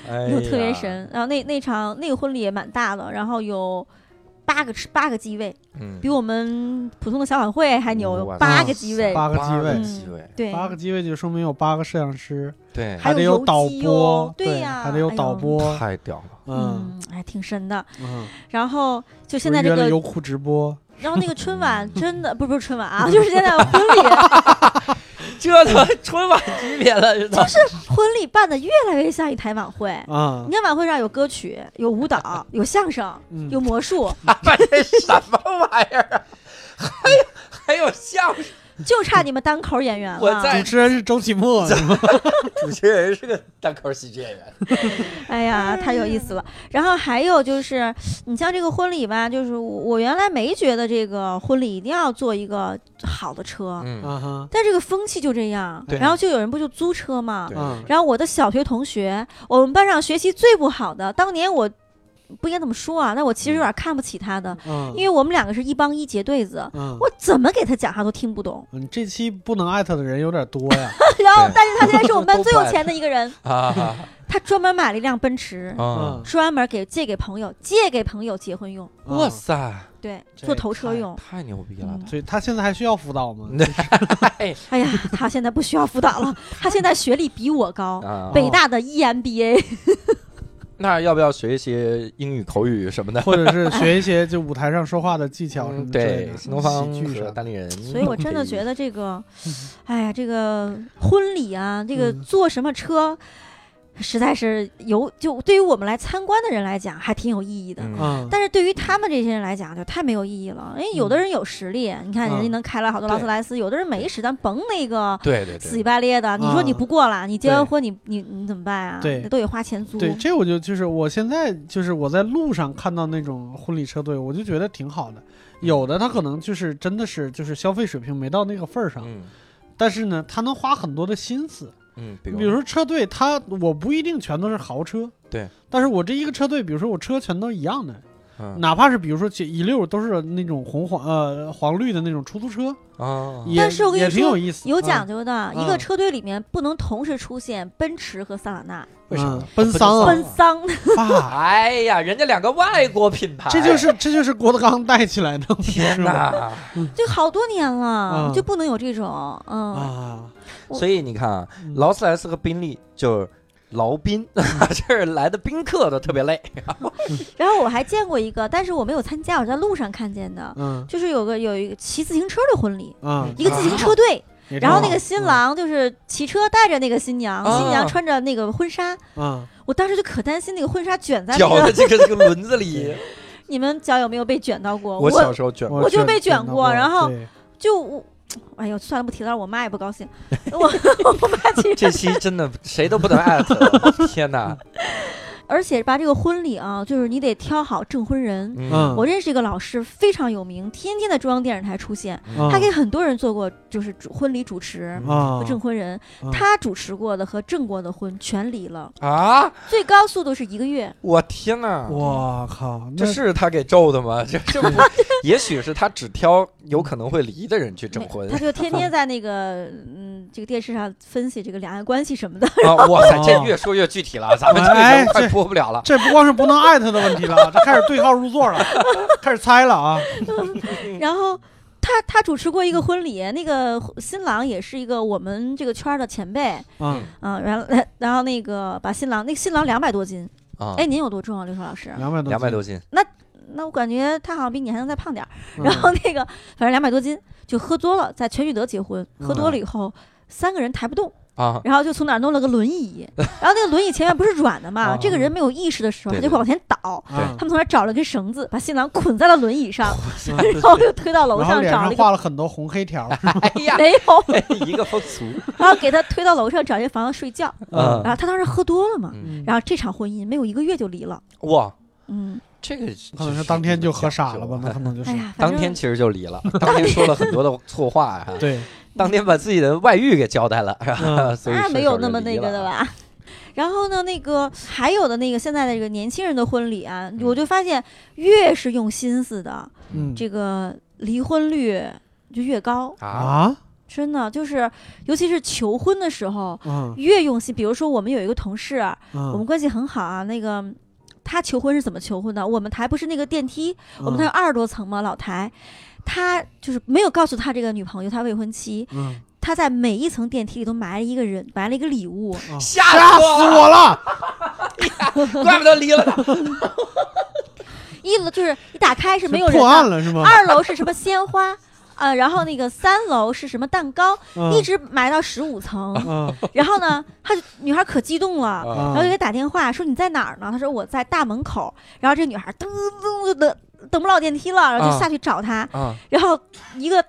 S1: 哎呀
S3: 就特别神。然后那那场那个婚礼也蛮大的，然后有八个吃八个机位，
S1: 嗯
S3: 比我们普通的小晚会还牛，有
S1: 哇
S3: 八
S2: 塞
S3: 个机位，
S2: 嗯八个机
S1: 八
S2: 位
S1: 个，
S3: 嗯
S1: 机位，
S3: 对，
S2: 八个机位就说明有八个摄像师，
S1: 对，
S3: 还
S2: 还得
S3: 有
S2: 有
S3: 游
S2: 导
S3: 击
S2: 播
S3: 哟，对呀
S2: 还得有
S3: 哎呦
S2: 导播，
S1: 太屌了，
S2: 嗯
S3: 嗯，还挺深的。
S2: 嗯，
S3: 然后就现在这
S2: 我约了
S3: 个，
S2: 优酷直播，
S3: 然后那个春晚真的不不是春晚啊， 就是现在婚礼
S1: 这都春晚级别了，这都
S3: 婚礼办的越来越像一台晚会。
S2: 啊
S3: 你，看晚会上有歌曲，有舞蹈，有相声，
S2: 嗯
S3: 有魔术，
S1: 这什么玩意儿啊？还有还有相声，
S3: 就差你们单口演员了。
S1: 我在
S2: 主持嗯人是周 奇墨，是吗？
S1: 主持人是个单口喜剧演员，
S3: 哎呀，太有意思了。然后还有就是，你像这个婚礼吧，就是我我原来没觉得这个婚礼一定要做一个好的车，
S1: 嗯，
S2: 啊哈，
S3: 但这个风气就这样。
S1: 对
S3: 然后就有人不就租车吗？
S1: 对
S2: 嗯
S3: 然后我的小学同学，我们班上学习最不好的，当年我不应该这么说啊，那我其实有点看不起他的，
S2: 嗯
S3: 因为我们两个是一帮一结对子。
S2: 嗯，
S3: 我怎么给他讲，他都听 不懂。
S2: 你这期不能艾特的人有点多呀，
S3: 然后
S1: 对，
S3: 但是他现在是我们班
S1: 都
S3: 最有
S1: 怪
S3: 钱的一个人，
S1: 啊
S3: 他专门买了一辆奔驰。
S1: 啊！
S3: 专门给借给朋友，借给朋友结婚用，
S2: 嗯
S1: 哇，塞，
S3: 对，
S2: 这
S3: 做头车用。
S1: 太牛逼了！
S3: 嗯
S2: 所以他现在还需要辅导吗？
S3: 哎呀，他现在不需要辅导了，他现在学历比我高，
S1: 啊，
S3: 北大的 E EMBA。
S1: 那要不要学一些英语口语什么的？
S2: 或者是学一些就舞台上说话的技巧什么之类
S1: 嗯对，
S2: 的，
S1: 新东方
S2: 喜剧
S1: 和
S2: 啥的
S1: 单立人都可以。
S3: 所以我真的觉得这个
S2: 嗯，
S3: 哎呀，这个婚礼啊，这个
S2: 嗯
S3: 坐什么车，实在是有就对于我们来参观的人来讲还挺有意义的。
S1: 嗯，
S2: 嗯，
S3: 但是对于他们这些人来讲，就太没有意义了。因为有的人有实力，你看人家
S2: 嗯
S3: 能开了好多劳斯莱斯，有的人没实，咱甭那个
S1: 对对
S3: 死
S1: 对
S3: 乞，白咧的。你说你不过了，你结
S2: 嗯对
S3: 完婚你你你怎么办啊？
S2: 对
S3: 那都得花钱租。
S2: 对，这我就就是我现在就是我在路上看到那种婚礼车队，我就觉得挺好的。有的他可能就是真的是就是消费水平没到那个份儿上，
S1: 嗯
S2: 但是呢，他能花很多的心思。
S1: 嗯，比
S2: 比如
S1: 如
S2: 说车队，他我不一定全都是豪车，
S1: 对，
S2: 但是我这一个车队，比如说我车全都一样的，
S1: 嗯
S2: 哪怕是比如说一溜都是那种红黄呃黄绿的那种出租车，
S1: 啊，
S2: 也
S3: 但是我跟你
S2: 也挺
S3: 说
S2: 有意思，
S3: 有
S2: 嗯
S3: 讲究的，一个
S2: 嗯
S3: 车队里面不能同时出现奔驰和桑塔纳，
S1: 为啥
S2: 嗯奔丧啊
S3: 奔丧。
S2: 啊，
S1: 哎呀，人家两个外国品牌，
S2: 这就是这就是郭德纲带起来的，
S1: 天
S2: 哪！
S1: 哪！
S3: 就好多年了，
S1: 啊
S2: 嗯
S3: 就不能有这种，嗯，
S2: 啊，
S3: 我
S1: 所以你看啊，
S2: 嗯
S1: 劳斯莱斯和宾利就是劳宾，这是来的宾客都特别累。
S3: 然后我还见过一个，但是我没有参加，我在路上看见的，
S2: 嗯
S3: 就是有个有一个骑自行车的婚礼，
S2: 啊，
S3: 一个自行车队，
S1: 哦
S2: 也挺
S3: 嗯然
S2: 好
S3: 后那个新郎就是骑车带着那个新娘，
S1: 嗯啊
S3: 新娘穿着那个婚纱，
S2: 啊，
S3: 我当时就可担心那个婚纱卷在那
S1: 搅
S3: 个
S1: 的，这个这个轮子里，
S3: 你们脚有没有被卷到过？
S1: 我小时候卷过，
S3: 我就被卷
S2: 到
S3: 过然后
S2: 对
S3: 就我，哎呦，算了，不提了，我妈也不高兴， 我我妈其实
S1: 这期真的谁都不能艾特了，天哪！
S3: 而且吧，这个婚礼啊，就是你得挑好证婚人。
S2: 嗯
S3: 我认识一个老师，非常有名，天天在中央电视台出现，
S1: 嗯
S3: 他给很多人做过就是主婚礼主持
S1: 嗯
S2: 啊
S3: 和证婚人
S2: 啊，
S3: 他主持过的和证过的婚全离了，
S1: 啊！
S3: 最高速度是一个月。
S1: 我天哪！
S2: 我靠，
S1: 这
S2: 那
S1: 是他给咒的吗？ 这这不，也许是他只挑有可能会离的人去证婚
S3: 没他就天 天在那个嗯这个电视上分析这个两岸关系 什么的。
S1: 啊！哇塞，
S2: 哦
S1: 这越说越具体了，咱们这个
S2: 哎
S1: 人快
S2: 这
S1: 播不了了。
S2: 这不光是不能艾特的问题了，这开始对号入座了，开始猜了啊，
S1: 嗯
S3: 然后他他主持过一个婚礼，那个新郎也是一个我们这个圈儿的前辈，啊
S2: 嗯
S3: 嗯，然后然后那个把新郎那个新郎两百多斤，
S1: 啊，
S3: 哎，您嗯有多重啊，刘硕老师？
S2: 两百多，
S1: 两百多，斤，
S3: 那我感觉他好像比你还能再胖点儿。
S2: 嗯
S3: 然后那个，反正两百多斤，就喝多了，在全聚德结婚，喝多
S1: 嗯
S3: 了以后。三个人抬不动，
S1: 啊，
S3: 然后就从哪儿弄了个 轮椅，然后那个轮椅前面不是软的嘛，
S1: 啊
S3: 这个人没有意识的时候，
S1: 对嗯
S3: 他就会往前倒。
S2: 啊
S3: 他们从那儿找了根绳子，把新郎捆在了轮椅上，
S2: 嗯
S3: 然后又推到楼
S2: 然后
S3: 上
S2: 脸
S3: 找
S2: 上
S3: 了一个
S2: 画了很多红黑条， 是吧
S1: 哎呀，
S3: 没有，
S1: 一个风俗，
S3: 然后给他推到楼上找一个房子睡觉。
S1: 嗯
S3: 然后他当时喝多了嘛，
S1: 嗯，
S3: 然后这场婚姻没有一个月就离了。
S1: 哇，
S3: 嗯，
S1: 这个
S2: 可
S1: 就
S2: 能
S1: 是
S2: 是当天就喝傻
S1: 讲
S2: 了
S1: 究
S2: 吧，那可能就是
S3: 哎呀，反
S1: 当
S3: 正
S1: 天其实就离了，当天说了很多的错话哈，
S2: 对，
S1: 当天把自己的外遇给交代了，
S2: 嗯
S1: 所以
S3: 那
S1: 顺
S3: 没
S1: 手
S3: 有那
S1: 就
S3: 么
S1: 离
S3: 那个
S1: 了
S3: 的？
S2: 啊
S3: 吧。然后呢，那个还有的那个现在的这个年轻人的婚礼啊，我就发现越是用心思的，
S2: 嗯
S3: 这个离婚率就越高，
S1: 啊，
S2: 啊，
S3: 真的就是，尤其是求婚的时候
S1: 啊
S2: 嗯
S3: 越用心。比如说我们有一个同事啊，我们
S2: 嗯，
S3: 关系很好啊，那个他求婚是怎么求婚的？我们台不是那个电梯，我们台
S2: 嗯
S3: 有二十多层嘛，老台，他就是没有告诉他这个女朋友他未婚妻，
S2: 嗯，
S3: 他在每一层电梯里都埋了一个人，埋了一个礼物。
S1: 吓
S2: 吓
S1: 死
S2: 死我了，
S1: 了，怪不得离了呢。
S3: 一楼就是一打开是没有人
S2: 破案
S3: 的，
S2: 了是吗？
S3: 二楼是什么鲜花？呃，然后那个三楼是什么蛋糕，
S2: 嗯
S3: 一直埋到十五层。
S2: 嗯
S3: 然后呢，她就女孩可激动了，
S1: 啊
S3: 然后就
S2: 嗯
S3: 给打电话说你在哪儿呢？她说我在大门口。然后这个女孩噔噔噔噔等不了电梯了，然后就
S1: 啊
S3: 下去找她。
S1: 啊，
S3: 然后一个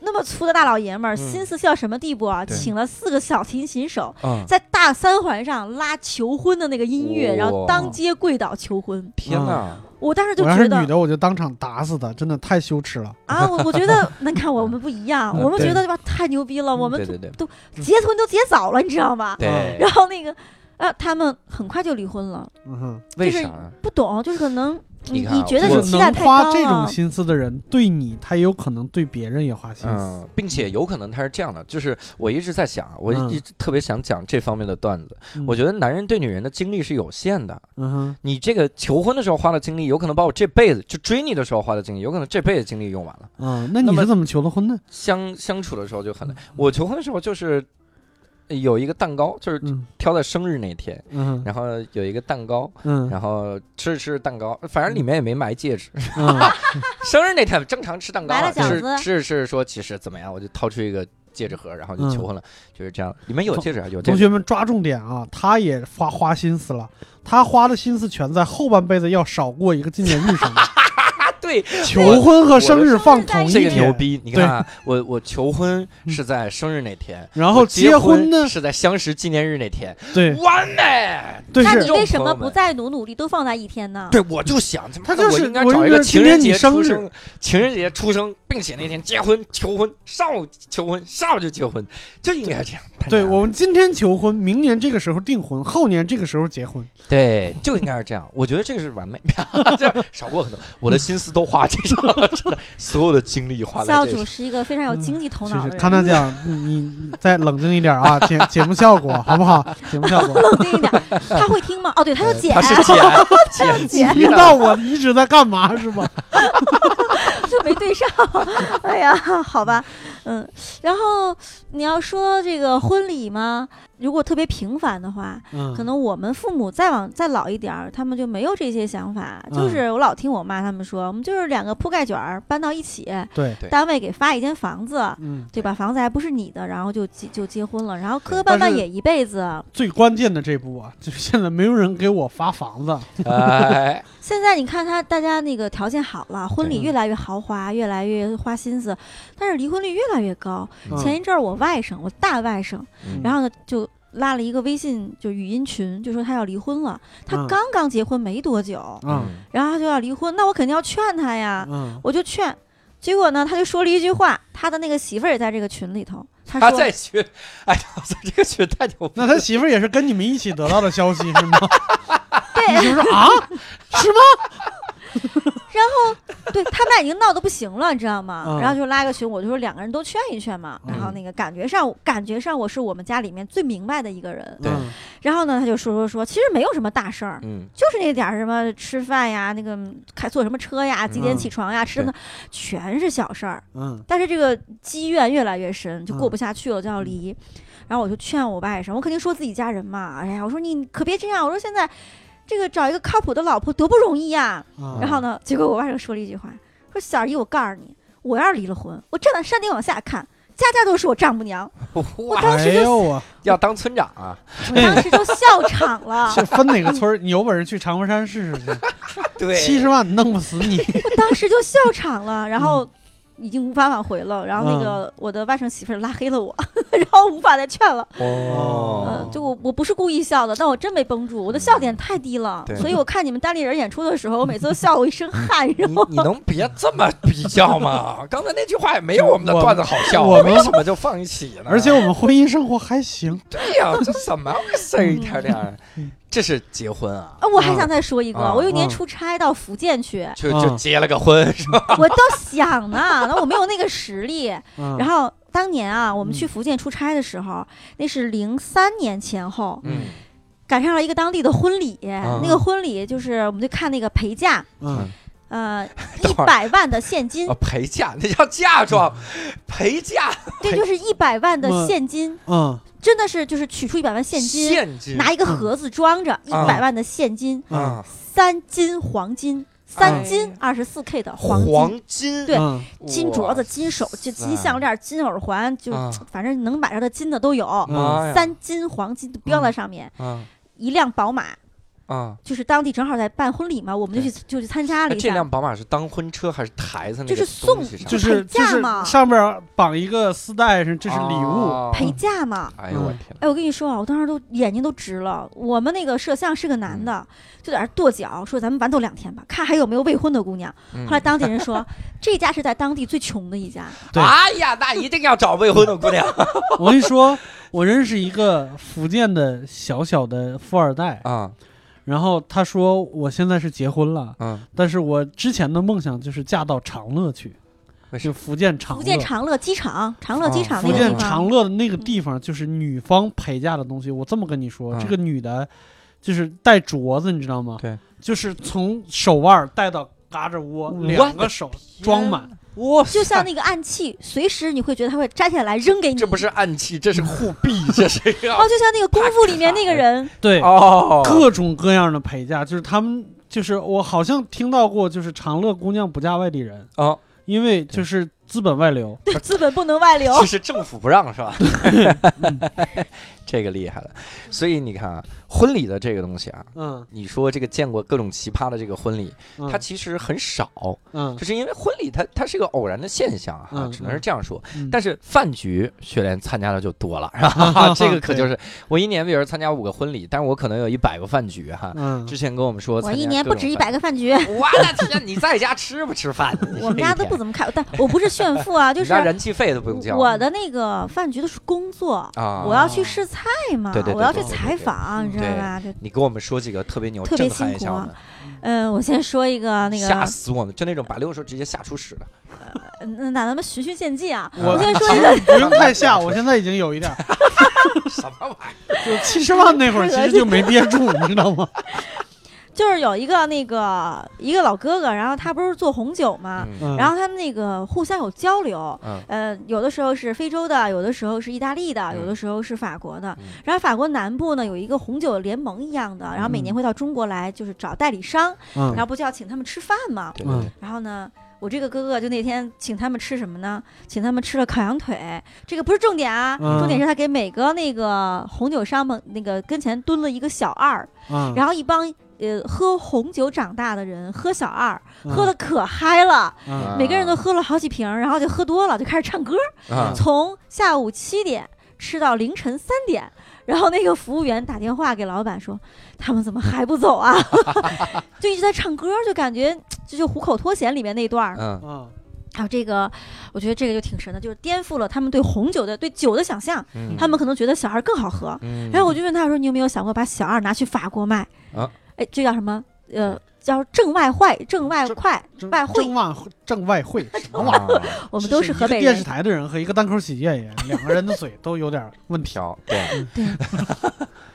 S3: 那么粗的大老爷们儿，
S1: 嗯
S3: 心思细到什么地步啊？
S1: 对
S3: 请了四个小提琴手，
S1: 嗯，
S2: 啊
S3: 在大三环上拉求婚的那个音乐，
S1: 哇
S3: 然后当街跪倒求婚。
S1: 天哪，
S3: 我当时就
S2: 我要
S3: 觉
S2: 是女
S3: 得
S2: 的，我就当场打死她，真的太羞耻了。
S3: 啊，我我觉 得，那你看我们不一样，
S1: 嗯
S3: 我们
S2: 对
S3: 觉得哇太牛逼了，我们嗯
S1: 对对对
S3: 结婚都结早了，你知道吗？
S1: 对，
S3: 然后那个。啊，他们很快就离婚了，
S2: 嗯哼，
S1: 为
S3: 就是
S1: 啥啊？
S3: 不懂，就是可能
S1: 你
S3: 你
S1: 看啊
S3: 觉得
S1: 我
S3: 你
S2: 就是
S3: 期待
S2: 能
S3: 太高
S2: 花这种
S3: 了，
S2: 心思的人，对你，他也有可能对别人也花心思。
S1: 嗯，并且有可能他是这样的，就是我一直在想，啊我
S2: 嗯
S1: 一直特别想讲这方面的段子。
S2: 嗯
S1: 我觉得男人对女人的精力是有限的，
S2: 嗯哼，
S1: 你这个求婚的时候花的精力，有可能把我这辈子就追你的时候花的精力，有可能这辈子精力用完了。
S2: 嗯，那
S1: 那
S2: 你
S1: 么
S2: 是怎么求的婚呢？
S1: 相相处的时候就很
S2: 嗯
S1: 累。我求婚的时候就是呃有一个蛋糕，就是
S2: 嗯
S1: 挑在生日那天，
S2: 嗯
S1: 然后有一个蛋糕，
S2: 嗯
S1: 然后吃着吃着蛋糕，反正里面也没埋戒指。
S2: 嗯，
S1: 生日那天 正常吃蛋糕啊，
S3: 埋了饺
S1: 吃
S3: 子
S1: 吃着吃着说其实怎么样，我就掏出一个戒指盒，然后就
S2: 嗯
S1: 求婚了，就是这样。里面有戒指啊，有戒
S2: 同
S1: 指。
S2: 学们抓重点啊，他也花花心思了，他花的心思全在后半辈子要少过一个纪念日上面。
S1: 啊，对，
S2: 求婚和生日放同一
S1: 这个
S2: 天，
S1: 牛逼！你看啊，我我求婚是在生日那天，
S2: 嗯然
S1: 我
S2: 后
S1: 结
S2: 结
S1: 婚
S2: 婚呢？
S1: 是在相识纪念日那天，
S2: 对
S1: 完美。
S2: 对
S3: 那
S2: 是
S3: 你，为什么
S1: 朋友
S3: 不
S1: 们
S3: 再努努力，都放在一天呢？
S1: 对，我就想，他妈
S2: 他
S1: 的
S2: 就
S1: 我
S2: 是
S1: 应该
S2: 我
S1: 找一
S2: 就
S1: 个
S2: 是
S1: 情
S2: 今
S1: 人
S2: 天你
S1: 节
S2: 生
S1: 出
S2: 日
S1: 生，情人节出生，并且那天结婚、求婚，上午求婚，下午就结婚，就应该这样。太
S2: 对
S1: 难了
S2: 我们今天求婚，明年这个时候订婚，后年这个时候结婚。
S1: 对就应该是这样，我觉得这个是完美，就是少过很多，我的心思都花这上了，真的，所有的精力花在
S3: 教
S1: 这
S3: 主
S1: 上。嗯
S3: 是一个非常有经济头
S2: 就
S3: 脑
S2: 是
S3: 的人，
S2: 康大酱，你你再冷静一点啊，节节目效果好不好？节目效果。
S3: 冷静 一点，他会听吗？哦，对，他有
S1: 呃
S3: 姐
S1: 他，是姐，
S3: 姐
S1: 姐，
S2: 你知道我一直在干嘛是吧？
S3: 就没对上。 哎呀，好吧，嗯。然后你要说这个婚礼嘛，如果特别频繁的话，
S2: 嗯
S3: 可能我们父母再往再老一点儿，他们就没有这些想法。
S2: 嗯
S3: 就是我老听我妈他们说，我们就是两个铺盖卷儿搬到一起，
S2: 对，
S1: 对
S3: 单位给发一间房子。
S2: 嗯，
S3: 对吧？房子还不是你的，然后就结就结婚了，然后磕磕
S2: 对
S3: 绊绊
S2: 但是
S3: 也一辈子。
S2: 最关键的这步啊， 就是现在没有人给我发房子，
S1: 哎，
S3: 现在你看他，大家那个条件好了，婚礼
S2: 对
S3: 越来越豪华，越来越花心思，但是离婚率越来越高。
S1: 嗯
S3: 前一阵儿我外甥，我大外甥，
S1: 嗯
S3: 然后呢就拉了一个微信，就语音群，就说他要离婚了。他
S2: 嗯
S3: 刚刚结婚没多久，
S2: 嗯
S3: 然后他就要离婚，那我肯定要劝他呀，
S2: 嗯，
S3: 我就劝。结果呢，他就说了一句话，他的那个媳妇儿也在这个群里头，他
S1: 他
S3: 说
S1: 在学，哎呀，我操，这个学太牛逼
S2: 那
S1: 了！
S2: 他媳妇儿也是跟你们一起得到的消息是吗？你
S3: 对，
S2: 就 说啊，是吗？
S3: 对他们俩已经闹得不行了，你知道吗？
S2: 嗯
S3: 然后就拉个群，我就说两个人都劝一劝嘛。然后那个感觉上，感觉上我是我们家里面最明白的一个人。
S1: 对
S2: 嗯
S3: 然后呢，他就说说说，其实没有什么大事儿，
S1: 嗯，
S3: 就是那点儿什么吃饭呀，那个开坐什么车呀，几点
S2: 嗯
S3: 起床呀，吃什么，全是小事儿。
S2: 嗯
S3: 但是这个积怨越来越深，就过
S2: 嗯
S3: 不下去了，就要离。然后我就劝我外甥，我肯定说自己家人嘛，哎呀，我说你可别这样，我说现在这个找一个靠谱的老婆多不容易呀、
S2: 啊
S3: 然后呢，结果我外甥说了一句话，说小姨，我告诉你，我要是离了婚，我站在山顶往下看，家家都是我丈母娘，
S1: 哇，
S3: 当时
S2: 哎
S3: 就
S2: 呦啊，。
S1: 要当村长啊！
S3: 我当时都哎 笑场了
S2: 这分哪个村儿？你有本事去长白山试 试去，
S1: 对
S2: 七十万弄不 死你。
S3: 我当时就笑场了，然后已经无法挽回了。然后那个我的外甥媳妇儿拉黑了我， 然后无法再劝了。
S2: 哦
S3: 嗯，就我我不是故意笑的，但我真没绷住，我的笑点太低了
S1: 嗯对。
S3: 所以我看你们单立人演出的时候，我每次都笑我一身汗，然
S1: 你
S3: 后
S1: 你能别这么比较 吗？刚才那句话也没有我们的
S2: 我
S1: 段子好笑，
S2: 我们
S1: 为什么就放一起呢？
S2: 而且我们婚姻生活还行，
S1: 对呀、这怎么回事儿？一天天
S2: 嗯，
S1: 这是结婚啊，
S3: 啊，我还想再说一个，
S1: 啊
S3: 我有一年
S2: 啊
S3: 出差到福建去，
S1: 就
S2: 啊
S1: 就结了个婚是吧？
S3: 我都想呢，那我没有那个实力。
S1: 嗯
S2: 然
S3: 然后当年啊，我们
S2: 嗯
S3: 去福建出差的时候，那是零三年前后，
S1: 嗯
S3: 赶上了一个当地的婚礼。
S1: 啊
S3: 那个婚礼就是，我们就看那个陪嫁，
S2: 嗯，
S3: 呃，一
S1: 等会儿
S3: 百万的现金
S1: 啊，，陪嫁
S2: 嗯
S1: 那叫嫁妆，陪嫁
S3: 对，就是一百万的
S2: 嗯
S3: 现金，
S2: 嗯
S3: 真的是就是取出一百万现金，
S1: 现金
S3: 拿一个盒子装着一
S1: 啊
S3: 百万的现金，
S2: 嗯
S1: 啊，
S3: 三斤黄金，三斤二十四 K 的黄金。
S1: 黄金
S3: 对
S2: 嗯
S3: 金镯子、金手、就金项链、金耳环，就
S1: 啊嗯
S3: 反正能买着的金的都有。
S1: 妈呀
S3: 三金黄金都标在上面，
S1: 啊
S3: 一辆宝马，
S1: 啊！
S3: 就是当地正好在办婚礼嘛，我们就去就去参加了
S1: 那
S3: 一
S1: 哎这
S3: 下。
S1: 辆宝马是当婚车还是抬在那
S3: 就
S1: 个
S3: 是
S1: 东西
S3: 送
S1: 上？
S2: 就是
S3: 陪
S2: 就
S3: 嫁
S2: 是
S3: 嘛
S2: 上面绑一个丝带，是这是礼物。
S1: 哦
S3: 陪嫁嘛，
S1: 哎呦我天哪！
S3: 哎，我跟你说啊，我当时都眼睛都直了。我们那个摄像是个
S1: 嗯
S3: 男的，就在那儿跺脚，说咱们玩斗两天吧，看还有没有未婚的姑娘。
S1: 嗯
S3: 后来当地 人说，这家是在当地最穷的一家，
S2: 对
S1: 哎呀，那一定要找未婚的姑 娘
S2: 我跟你说，我认识一个福建的小小的富二代，
S1: 啊！
S2: 然后他说我现在是结婚了，
S1: 嗯，
S2: 但是我之前的梦想就是嫁到长乐去
S1: 为，什
S2: 就福建长乐。啊
S3: 福建长乐机场，长乐机场
S2: 福
S3: 那个
S2: 建
S3: 地
S2: 长
S3: 方。
S2: 乐的那个地方，就是女方陪嫁的东西。我这么跟你说，
S1: 嗯
S2: 这个女的，就是戴镯子，你知道吗？
S1: 对，
S2: 就是从手腕戴到嘎吱窝，
S1: 我
S2: 两
S1: 的
S2: 个手装满。
S1: 哇塞，
S3: 就像那个暗器，随时你会觉得他会摘下来扔给你。
S1: 这不是暗器，这是护臂，这是要
S3: 哦，就像那个功夫里面那个人，
S2: 对，
S1: 哦
S2: 各种各样的陪嫁，就是他们，就是我好像听到过，就是长乐姑娘不嫁外地人，
S1: 哦，
S2: 因为就是资本外流。
S3: 对资本不能外流。
S1: 就是政府不让是吧？
S3: 嗯
S1: 这个厉害了，所以你看啊，婚礼的这个东西啊，
S2: 嗯，
S1: 你说这个见过各种奇葩的这个婚礼，
S2: 嗯
S1: 它其实很少，
S2: 嗯
S1: 就是因为婚礼它它是个偶然的现象啊，
S2: 嗯
S1: 只能是这样说。
S2: 嗯
S1: 但是饭局雪莲参加的就多了，是吧？ 这个可就是我一年比如参加五个婚礼，但是我可能有一百个饭局哈。
S2: 嗯，
S1: 之前跟我们说，
S3: 我一年不止一百
S1: 个。
S3: 个饭局，
S1: 我的天，你在家吃不吃饭？
S3: 我们家都不怎么开，但我不是炫富 啊，就
S1: 你
S3: 是
S1: 家燃气费都不用交。
S3: 我的那个饭局都是工作，
S1: 啊，
S3: 我要去试菜嘛
S1: 对对，对
S3: 我要去
S1: 对对嗯
S3: 采访，你知道
S1: 对
S3: 吧？这
S1: 你给我们说几个特别牛，
S3: 特别
S1: 震撼一
S3: 辛苦
S1: 下我
S3: 啊
S1: 们，
S3: 嗯，我先说一个那
S1: 吓
S3: 个，
S1: 死我们！就那种把六兽直接吓出屎的。
S3: 嗯，那咱们循序渐进啊。
S2: 我
S3: 我先 说一个，
S2: 不用太吓，我现在已经有一点儿，
S1: 什么玩意
S2: 就七十万那会儿其实就没憋住，你知道吗？
S3: 就是有一个那个一个老哥哥，然后他不是做红酒
S1: 儿
S3: 嘛，？
S2: 嗯
S3: 然后他们那个互相有交流，
S1: 嗯
S3: 呃，有的时候是非洲的，有的时候是意大利的，
S2: 嗯
S3: 有的时候是法国的
S1: 嗯。
S3: 然后法国南部呢有一个红酒联盟一样的，然后每年会到中国来，就是找代理商，
S2: 嗯
S3: 然后不就要请他们吃饭嘛。
S1: 对对对，
S3: 然后呢，我这个哥哥就那天请他们吃什么呢？请他们吃了烤羊腿，这个不是重点啊，
S2: 嗯
S3: 重点是他给每个那个红酒商们那个跟前蹲了一个小二儿，
S2: 嗯，
S3: 然后一帮呃喝红酒长大的人喝小二儿，
S2: 嗯
S3: 喝的可嗨了，
S2: 嗯
S3: 每个人都喝了好几瓶儿，然后就喝多了，就开始唱歌，
S1: 啊
S3: 从下午七点吃到凌晨三点。然后那个服务员打电话给老板说，他们怎么还不走啊？ 就一直在唱歌，就感觉这就虎口脱险里面那段儿，
S1: 嗯
S2: 嗯
S3: 还有这个，我觉得这个就挺神的，就是颠覆了他们对红酒的对酒的想象。
S1: 嗯，
S3: 他们可能觉得小二更好喝。
S1: 嗯，
S3: 然后我就问他我说：“你有没有想过把小二拿去法国卖？”
S1: 啊，
S3: 哎，这叫什么？呃，叫挣外快，挣外快，
S2: 挣
S3: 外汇
S2: 挣外汇挣外汇什么玩意儿？
S1: 啊
S3: 我们都是河
S2: 一
S3: 北
S2: 个电视
S3: 人。
S2: 台的人和一个单口喜剧演员，两个人的嘴都有点问题。
S1: 飘对，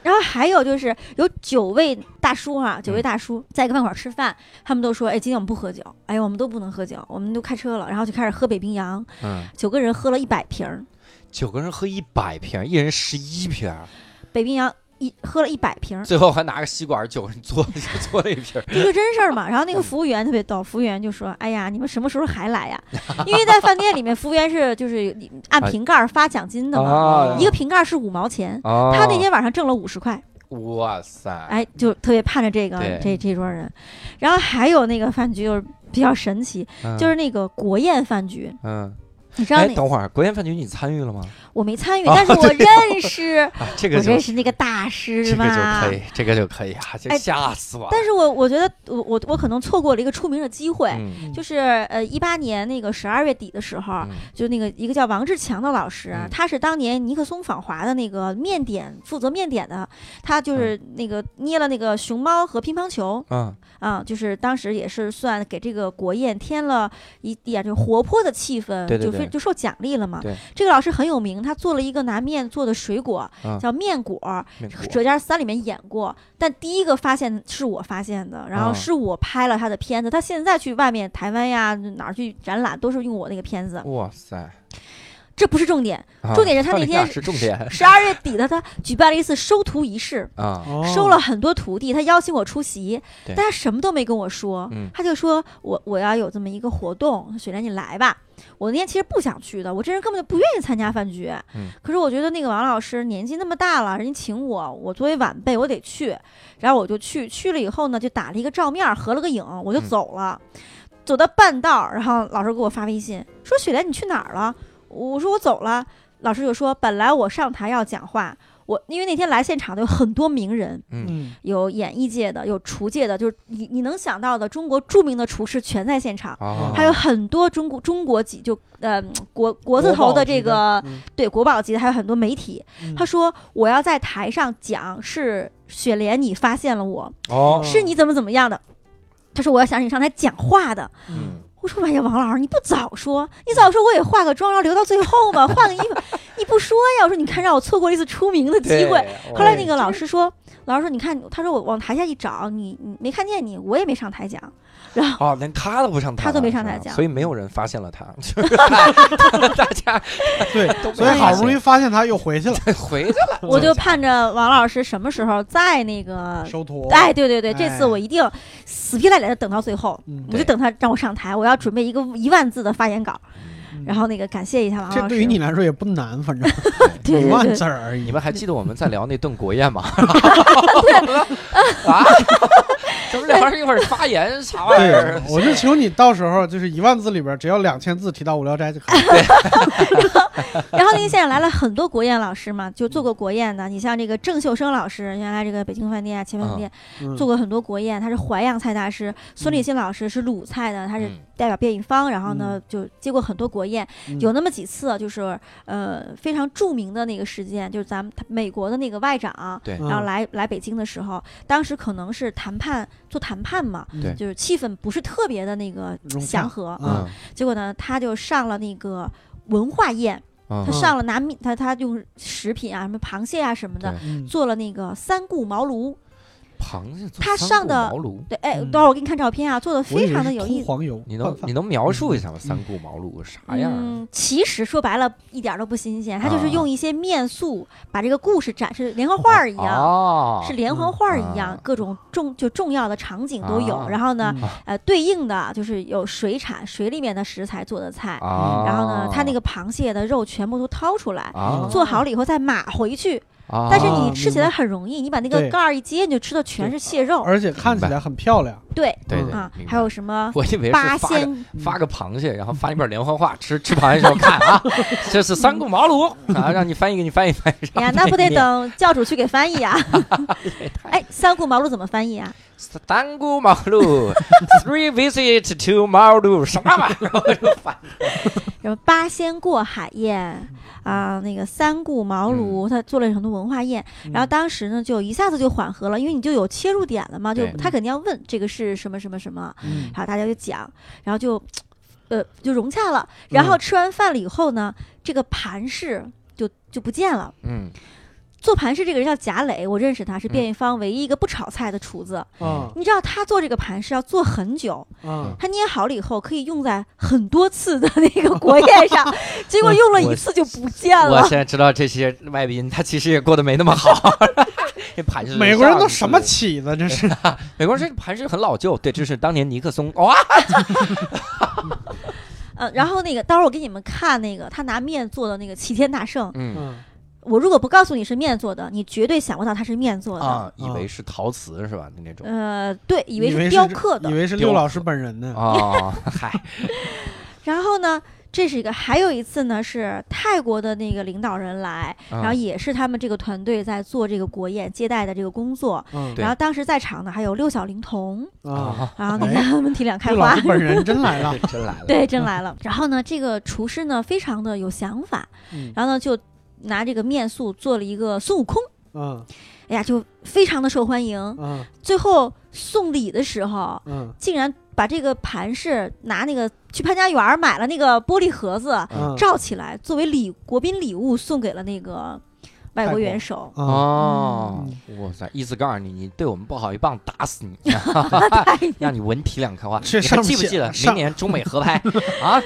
S3: 然后还有就是有九位大叔啊，九
S1: 嗯
S3: 位大叔在一个饭馆吃饭，他们都说：“哎，今天我们不喝酒，哎呀，我们都不能喝酒，我们都开车了。”然后就开始喝北冰洋，
S1: 嗯，
S3: 九个人喝了一百瓶儿
S1: 九个人喝一百瓶，一人十一瓶，
S3: 北冰洋。一喝了一百瓶儿，
S1: 最后还拿个吸管酒嘬嘬了一瓶儿，
S3: 这个真事儿嘛。然
S1: 嗯
S3: 后那个服务员特别逗，服务员就说：“哎呀，你们什么时候还来呀？”因为在饭店里面，服务员是就是按瓶盖儿发奖金的嘛，
S1: 哎啊
S3: 一个瓶盖儿是五毛钱。
S1: 哦
S3: 他那天晚上挣了五十块，
S1: 哇塞，
S3: 哎，就特别盼着这个
S1: 对
S3: 这这桌人。然后还有那个饭局就是比较神奇，就是那个国宴饭局，
S1: 嗯，
S3: 你知道
S1: 哎，
S3: 那
S1: 等会儿国宴饭局你参与了吗？
S3: 我没参与，
S1: 啊
S3: 但是我认识，
S1: 啊，这
S3: 我
S1: 个就
S3: 认识那个大师
S1: 这个就
S3: 嘛
S1: 可。以，这个就可以啊，哎这
S3: 哎
S1: 吓死我了。
S3: 但是我我觉得我我我可能错过了一个出名的机会，
S1: 嗯
S3: 就是呃一八年那个十二月底的时候，
S1: 嗯
S3: 就那个一个叫王志强的老师，
S1: 嗯
S3: 他是当年尼克松访华的那个面点负责面点的，他就是那个捏了那个熊猫和乒乓球
S1: 嗯
S3: 啊、就是当时也是算给这个国宴添了一点就活泼的气氛，
S1: 对对
S3: 就
S1: 对
S3: 是就受奖励了嘛
S1: 对。
S3: 这个老师很有名，他做了一个拿面做的水果、
S1: 嗯
S3: 叫面果，
S1: 面
S3: 《
S1: 国
S3: 舌尖三》里面演过，但第一个发现是我发现的，然后
S1: 啊
S3: 是我拍了他的片子。他现在去外面台湾呀哪儿去展览，都是用我那个片子。
S1: 哇塞，
S3: 这不是 重点，
S1: 啊
S3: 重点是他
S1: 到
S3: 那
S1: 底
S3: 天
S1: 哪是重点
S3: 十二月底的他举办了一次收徒仪式，
S1: 啊，
S2: 哦
S3: 收了很多徒弟，他邀请我出席，
S1: 对
S3: 但他什么都没跟我说，
S1: 嗯
S3: 他就说我我要有这么一个活动，雪莲你来吧。我那天其实不想去的，我这人根本就不愿意参加饭局。
S1: 嗯
S3: 可是我觉得那个王老师年纪那么大了，人家请我，我作为晚辈我得去，然后我就去，去了以后呢，就打了一个照面，合了个影，我就
S1: 嗯
S3: 走了。走到半道，然后老师给我发微信说：“雪莲，你去哪儿了？”我说：“我走了。”老师就说：“本来我上台要讲话，我因为那天来现场的有很多名人，
S2: 嗯，
S3: 有演艺界的，有厨界的，就是你你能想到的中国著名的厨师全在现
S2: 哦
S3: 场，
S1: 啊，
S3: 还有很多中国中国籍就呃国国字头的这
S2: 国宝
S3: 个
S2: 级的，
S3: 对国宝级的，还有很多媒体。
S2: 嗯
S3: 他说我要在台上讲是雪莲，你发现了我
S1: 哦，
S3: 是你怎么怎么样的。他说我要想请你上台讲话的。
S2: 嗯，
S3: 我说：“哎呀，王老师，你不早说，你早说我也化个妆，然后留到最后嘛，换个衣服， 你不说呀？我说你看，让我错过了一次出名的机
S1: 对
S3: 会。
S2: 哦
S1: 我
S3: 嗯后来那个老师说，老师说你看，他说我往台下一找，你你没看见你，我也没上台讲，然后
S1: 哦，连他都不上台了，
S3: 他都没上
S1: 是吧
S3: 台讲
S1: 所以没有人发现了他， 就是大家
S3: 哎
S2: 对，
S1: 都没
S2: 所以好
S1: 发
S2: 不容易
S1: 现
S2: 发现他又回去了，
S1: 回去了，
S2: 嗯
S3: 我就盼着王老师什么时候再那个，
S2: 收徒，
S3: 哎，对对对，
S2: 哎
S3: 这次我一定死皮赖脸的等到最后，
S2: 嗯
S3: 我就
S1: 对
S3: 等他让我上台，我要准备一 个一万字的发言稿，
S2: 嗯
S3: 然后那个感谢一下王
S2: 这
S3: 老师
S2: 对于。你来说也不难，反正
S3: 对
S2: 五
S3: 对
S2: 万
S3: 对
S2: 字，儿而已
S1: 你。们还记得我们在聊那炖国宴吗？啊，咱们俩人一会儿发言啥玩意
S2: 对
S1: 儿，？
S2: 我就求你到时候就是一万字里边，只要两千字提到《无聊斋》就可以了。
S3: 然后那个现场来了很多国宴老师嘛，就做
S2: 嗯
S3: 过国宴的。你像这个郑秀生老师，原来这个北京饭店啊、前饭店
S2: 嗯
S3: 做过很多国宴，他是淮扬菜大师；孙立新老师是鲁菜的，他是
S1: 嗯
S3: 代表变一方，然后呢
S2: 嗯
S3: 就接过很多国宴，
S2: 嗯
S3: 有那么几次啊就是呃非常著名的那个事件，就是咱们他美国的那个外长，
S1: 对
S2: 嗯
S3: 然后来来北京的时候，当时可能是谈判做谈判嘛，
S1: 对
S3: 嗯就是气氛不是特别的那个
S2: 融洽
S3: 祥和，
S2: 嗯
S3: 结果呢他就上了那个文化宴，
S1: 嗯
S3: 他上了拿米他他用食品啊什么螃蟹啊什么的
S1: 对。
S2: 嗯
S3: 做了那个三顾茅庐，
S1: 螃蟹做
S3: 他
S1: 三
S3: 上
S1: 顾
S3: 的
S1: 茅庐，
S3: 对，哎，
S2: 嗯
S3: 等会儿我给你看照片啊，做的
S2: 我以
S3: 非
S2: 为
S3: 常的
S2: 是
S3: 有
S2: 偷
S3: 意思。
S2: 黄油，
S1: 你
S2: 拌
S1: 能
S2: 饭
S1: 你能描述一下吗？三顾茅庐啥样儿？
S3: 嗯，其实说白了一点儿都不新鲜，他就是
S1: 啊
S3: 用一些面塑把这个故事展示连环画儿一样。
S1: 哦，
S3: 是连环画儿一样，
S1: 啊
S3: 各种重就重要的场景都有。
S1: 啊
S3: 然后呢，
S2: 嗯
S3: 呃，对应的就是有水产，水里面的食材做的菜。
S1: 啊，
S3: 嗯然后呢，他那个螃蟹的肉全部都掏出来，
S1: 啊，
S3: 做好了以后再码回去。
S1: 啊
S3: 但是你
S2: 啊
S3: 吃起来很容易，你把那个
S2: 对
S3: 盖儿一揭，你就吃的全是蟹肉。
S2: 而且看起来很漂亮。
S3: 对
S1: 对对
S3: 啊，
S1: 明白
S3: 还有什么
S1: 我以为是
S3: 八
S1: 发个
S3: 仙
S1: 发个螃蟹，然后发一本连环画，吃吃螃蟹时候看啊，这是三顾茅庐啊，让你翻译给你翻译 翻译。
S3: 哎呀？那不得等教主去给翻译啊？哎，三顾茅庐怎么翻译啊？
S1: 三顾茅庐，three visit to 哎茅庐，什么玩意儿？我就烦。
S3: 什么八仙过海宴啊，那个三顾茅庐，他做了很多文化宴，然后当时呢就一下子就缓和了，因为你就有切入点了嘛，就
S1: 对
S3: 他肯定要问这个是什么什么什么，
S2: 嗯
S3: 然后大家就讲，然后就呃就融洽了，然后吃完饭了以后呢，这个盘饰就就不见了。
S1: 嗯，
S3: 做盘饰这个人叫贾磊，我认识他，是
S1: 嗯
S3: 变一方唯一一个不炒菜的厨子。
S2: 啊
S3: 你知道他做这个盘饰要做很久，
S1: 嗯
S2: 啊，
S3: 他捏好了以后可以用在很多次的那个国宴上，结果用了一次就不见
S1: 我
S3: 了
S1: 现。在知道这些外宾他其实也过得没那么好，这盘是
S2: 嗯美国人都
S1: 上去
S2: 什么
S1: 的
S2: 起子？这是
S1: 美国人这盘是很老旧，对，这是当年尼克松哇，
S3: 呃，然后那个到时候我给你们看那个他拿面做的那个齐天大圣，
S1: 嗯
S2: 嗯，
S3: 我如果不告诉你是面做的，你绝对想不到它是面做的。
S1: 啊，以为是陶瓷是吧？那种
S3: 呃，对， 以
S2: 以
S3: 为是雕刻的
S2: 以。为是
S1: 雕
S2: 六老
S1: 刻
S2: 师本人
S3: 嗯
S2: 呢。
S1: 啊，嗨，
S3: 然后呢，这是一个，还有一次呢是泰国的那个领导人来，嗯然后
S1: 啊
S3: 也是他们这个团队在做这个国宴接待的这个工作。
S2: 嗯
S1: 对
S3: 然后当时在场的还有六小龄童，
S2: 啊，
S3: 然后给
S2: 哎
S3: 他们提两开
S2: 六老
S3: 花
S2: 师。本人真 来了。
S1: 真来了，
S3: 对，真来了。然后呢，这个厨师呢非常的有想法，
S2: 嗯
S3: 然后呢就拿这个面塑做了一个孙悟空，
S2: 嗯
S3: 哎呀，就非常的受欢迎。
S2: 嗯
S3: 最后送礼的时候，
S2: 嗯
S3: 竟然把这个盘饰拿那个去潘家园儿买了那个玻璃盒子
S2: 嗯。
S3: 罩起来，作为礼国宾礼物送给了那个外国元首
S2: 啊，
S1: 哦，
S3: 嗯
S1: 哇塞！意思告诉你，你对我们不好，一棒打死 你，
S3: 哎
S1: 让你文体两开花。
S2: 这
S1: 你
S2: 上
S1: 还
S2: 面
S1: 记不
S2: 写
S1: 记得明
S2: 上
S1: 年中美合 拍啊？
S2: 嗯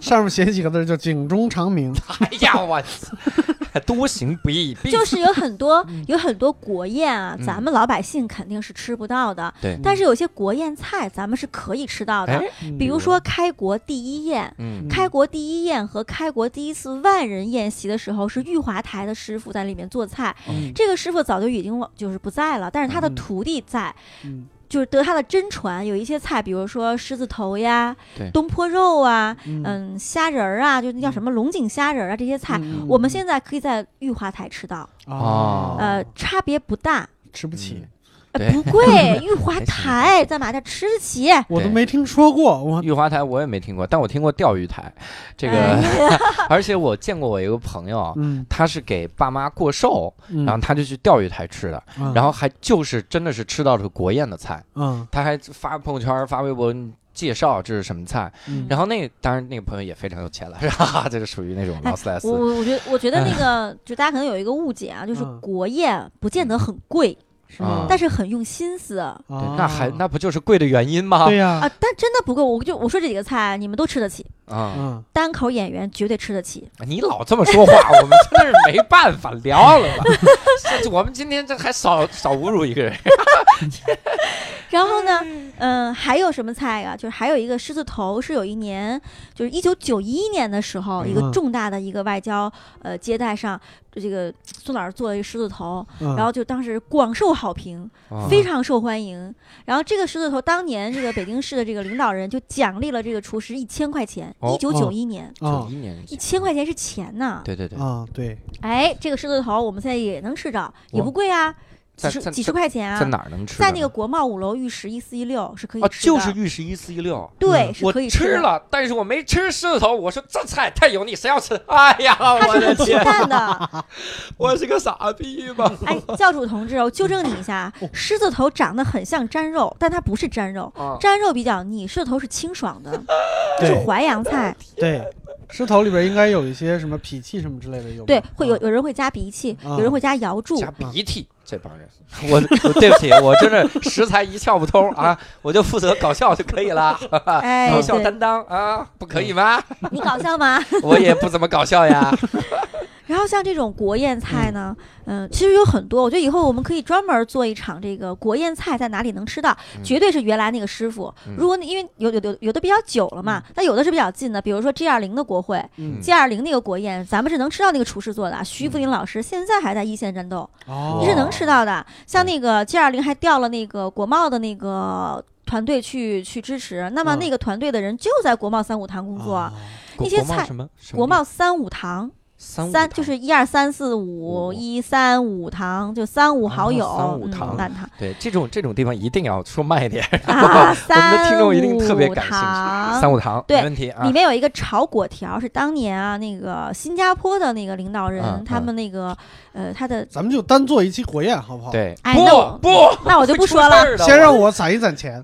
S2: 上面写几个字叫“警钟长鸣
S1: 哎呀，我 多行不义必
S3: 就。是有很多
S2: 嗯
S3: 有很多国宴啊，
S1: 嗯
S3: 咱们老百姓肯定是吃不到的，
S1: 对”，
S3: 但是有些国宴菜咱们是可以吃到
S1: 哎
S3: 的，，
S2: 嗯
S3: 比如说开国第一宴。
S1: 嗯
S2: 嗯
S3: 开国第一宴和开国第一次万人宴席的时候，是玉华台的师傅在里面做菜。
S2: 嗯
S3: 这个师傅早就已经就是不在了，但是他的
S2: 嗯
S3: 徒弟在，
S2: 嗯
S3: 就是得他的真传，有一些菜，比如说狮子头呀
S1: 对、
S3: 东坡肉啊、
S2: 嗯，
S3: 嗯虾仁儿啊，就那叫什么龙井虾仁儿啊，这些菜，
S2: 嗯
S3: 我们现在可以在玉华台吃到，
S1: 哦
S3: 呃，差别不大，
S2: 吃不起
S1: 嗯，
S3: 呃
S1: 对
S3: 不贵，玉华
S1: 还行
S3: 台在马家吃得起。
S2: 我都
S1: 对
S2: 没听说过，我
S1: 嗯玉华台我也没听过，但我听过钓鱼台，这个，
S3: 哎呀
S1: 而且我见过我一个朋友，啊
S2: 嗯，
S1: 他是给爸妈过寿，然后他就去钓鱼台吃的，
S2: 后
S1: 嗯然后还就是真的是吃到这个国宴的菜，
S2: 嗯
S1: 他还发朋友圈发微博介绍这是什么菜，
S2: 嗯
S1: 然后那个当然那个朋友也非常有钱了，是吧？ 这就属于那种劳斯莱
S3: 哎我哦
S1: 斯，
S3: 我我觉得我觉得那个就大家可能有一个误解啊，就是
S2: 哎嗯
S3: 国宴不见得很贵，
S2: 是吗
S1: 嗯
S3: 但是很用心思啊，
S1: 对
S2: 啊
S1: 那还那不就是贵的原因吗？
S2: 哦对呀，
S3: 但真的不贵。我就我说这几个菜，你们都吃得起，
S1: 啊，
S2: 嗯，
S3: 单口演员绝对吃得起。
S1: 你老这么说话，我们真的是没办法聊了吧？这我们今天这还少少侮辱一个人，
S3: 然后呢，嗯，还有什么菜呀、就是还有一个狮子头，是有一年，就是一九九一年的时候，一个
S2: 嗯
S3: 重大的一个外交呃接待上，这个孙老师做了一个狮子头，然
S2: 然
S3: 后就当时广受好评，
S1: 嗯啊
S3: 非常受欢迎。然后这个狮子头当年这个北京市的这个领导人就奖励了这个厨师一千块钱，
S1: 哦
S3: 一九九一年。
S1: 九
S2: 啊
S1: 一年
S3: 一千块钱是钱呐，
S1: 对对对，
S2: 啊对，
S3: 哎，这个狮子头我们现在也能吃着，也
S1: 我
S3: 不贵啊，几
S1: 在
S3: 十
S1: 在
S3: 几十块钱啊，
S1: 在哪儿能吃？
S3: 在那个国贸五楼玉石一四一六是可以
S1: 啊，
S3: 吃的，
S1: 就是玉石一四一六。
S3: 对，
S2: 嗯
S3: 是
S1: 我
S3: 可以
S1: 吃
S3: 的。
S1: 了，但是我没吃狮子头。我说这菜太油腻，谁要吃？哎呀，
S3: 它
S1: 我
S3: 是
S1: 的
S3: 很清
S1: 天，
S3: 淡的，
S1: 我是个傻逼吧？
S3: 哎，教主同志，我纠正你一下，
S1: 哦
S3: 狮子头长得很像粘肉，但它不是粘肉，
S1: 啊，
S3: 粘肉比较腻，狮子头是清爽的，是
S2: 对
S3: 淮扬菜，
S2: 对，狮头里边应该有一些什么脾气什么之类的，有吗
S3: 对，会有
S2: 啊
S3: 有人会加荸荠，
S2: 啊
S3: 有人会加瑶柱，
S1: 加鼻涕，这帮人， 我我对不起，我真是食材一窍不通啊，我就负责搞笑就可以了，
S3: 哎，
S1: 搞笑
S3: 对，
S1: 担当啊，不
S2: 嗯
S1: 可以吗？
S3: 你搞笑吗？
S1: 我也不怎么搞笑呀。
S3: 然后像这种国宴菜呢，嗯，其实有很多，我觉得以后我们可以专门做一场这个国宴菜在哪里能吃到，
S1: 嗯
S3: 绝对是原来那个师傅。
S1: 嗯
S3: 如果你因为有有有有的比较久了嘛，但有的是比较近的，比如说 G 二零的国会
S2: 嗯
S3: ，G 二零那个国宴，咱们是能吃到那个厨师做的啊，徐福林老师现在还在一线战斗，
S2: 哦
S3: 你是能吃到的。像那个 G 二零还调了那个国贸的那个。团队去去支持，那么
S2: 嗯
S3: 那个团队的人就在国贸三五堂工作。
S2: 啊
S3: 那些
S1: 国贸
S3: 菜
S1: 什么？什么
S3: 国贸三五堂，
S1: 三五
S3: 三
S1: 堂
S3: 就是一二三四五
S1: 五啊
S3: 一三五堂，就三五好友，
S1: 三五堂
S3: 嗯、烂堂
S1: 对这种这种地方一定要说慢一点，
S3: 啊，
S1: 我们的
S3: 三
S1: 听众一定特别
S3: 五
S1: 感兴趣。
S3: 堂
S1: 三五堂
S3: 啊对
S1: 没问题啊
S3: 里。面有一个炒粿条，是当年啊那个新加坡的那个领导人，
S1: 嗯
S3: 他
S1: 嗯
S3: 们那个呃他的，
S2: 咱们就单做一期国宴好不好？
S1: 对，
S3: 哎那
S1: 不
S3: 我
S1: 不，
S3: 那我就不说了，
S2: 先让我攒一 攒钱，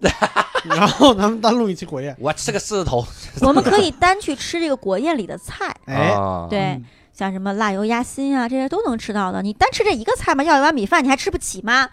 S2: 然后咱们单录一期国宴。
S1: 我吃个狮子头。
S3: 我们可以单去吃这个国宴里的菜，
S2: 哎，
S1: 啊，
S3: 对
S2: 嗯，，
S3: 像什么辣油鸭心啊这些都能吃到的，你单吃这一个菜嘛，要一碗米饭你还吃不起吗？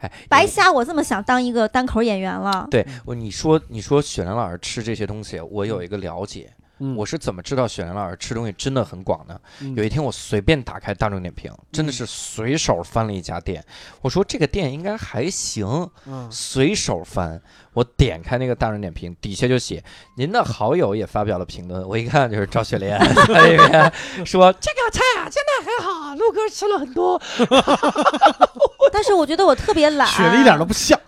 S1: 哎，
S3: 白
S1: 你
S3: 瞎我这么想当一个单口演员了，
S1: 对我，你说你说雪兰老师吃这些东西，我有一个了解，
S2: 嗯
S1: 我是怎么知道雪莲老师吃东西真的很广呢？
S2: 嗯
S1: 有一天我随便打开大众点评，真的是随手翻了一家店，我说这个店应该还行，
S2: 嗯
S1: 随手翻，我点开那个大众点评，底下就写您的好友也发表了评论，我一看就是赵雪 莲在里面说这个菜啊真的很好，陆哥吃了很多，
S3: 但是我觉得我特别 懒，
S2: 雪莉一点都不像，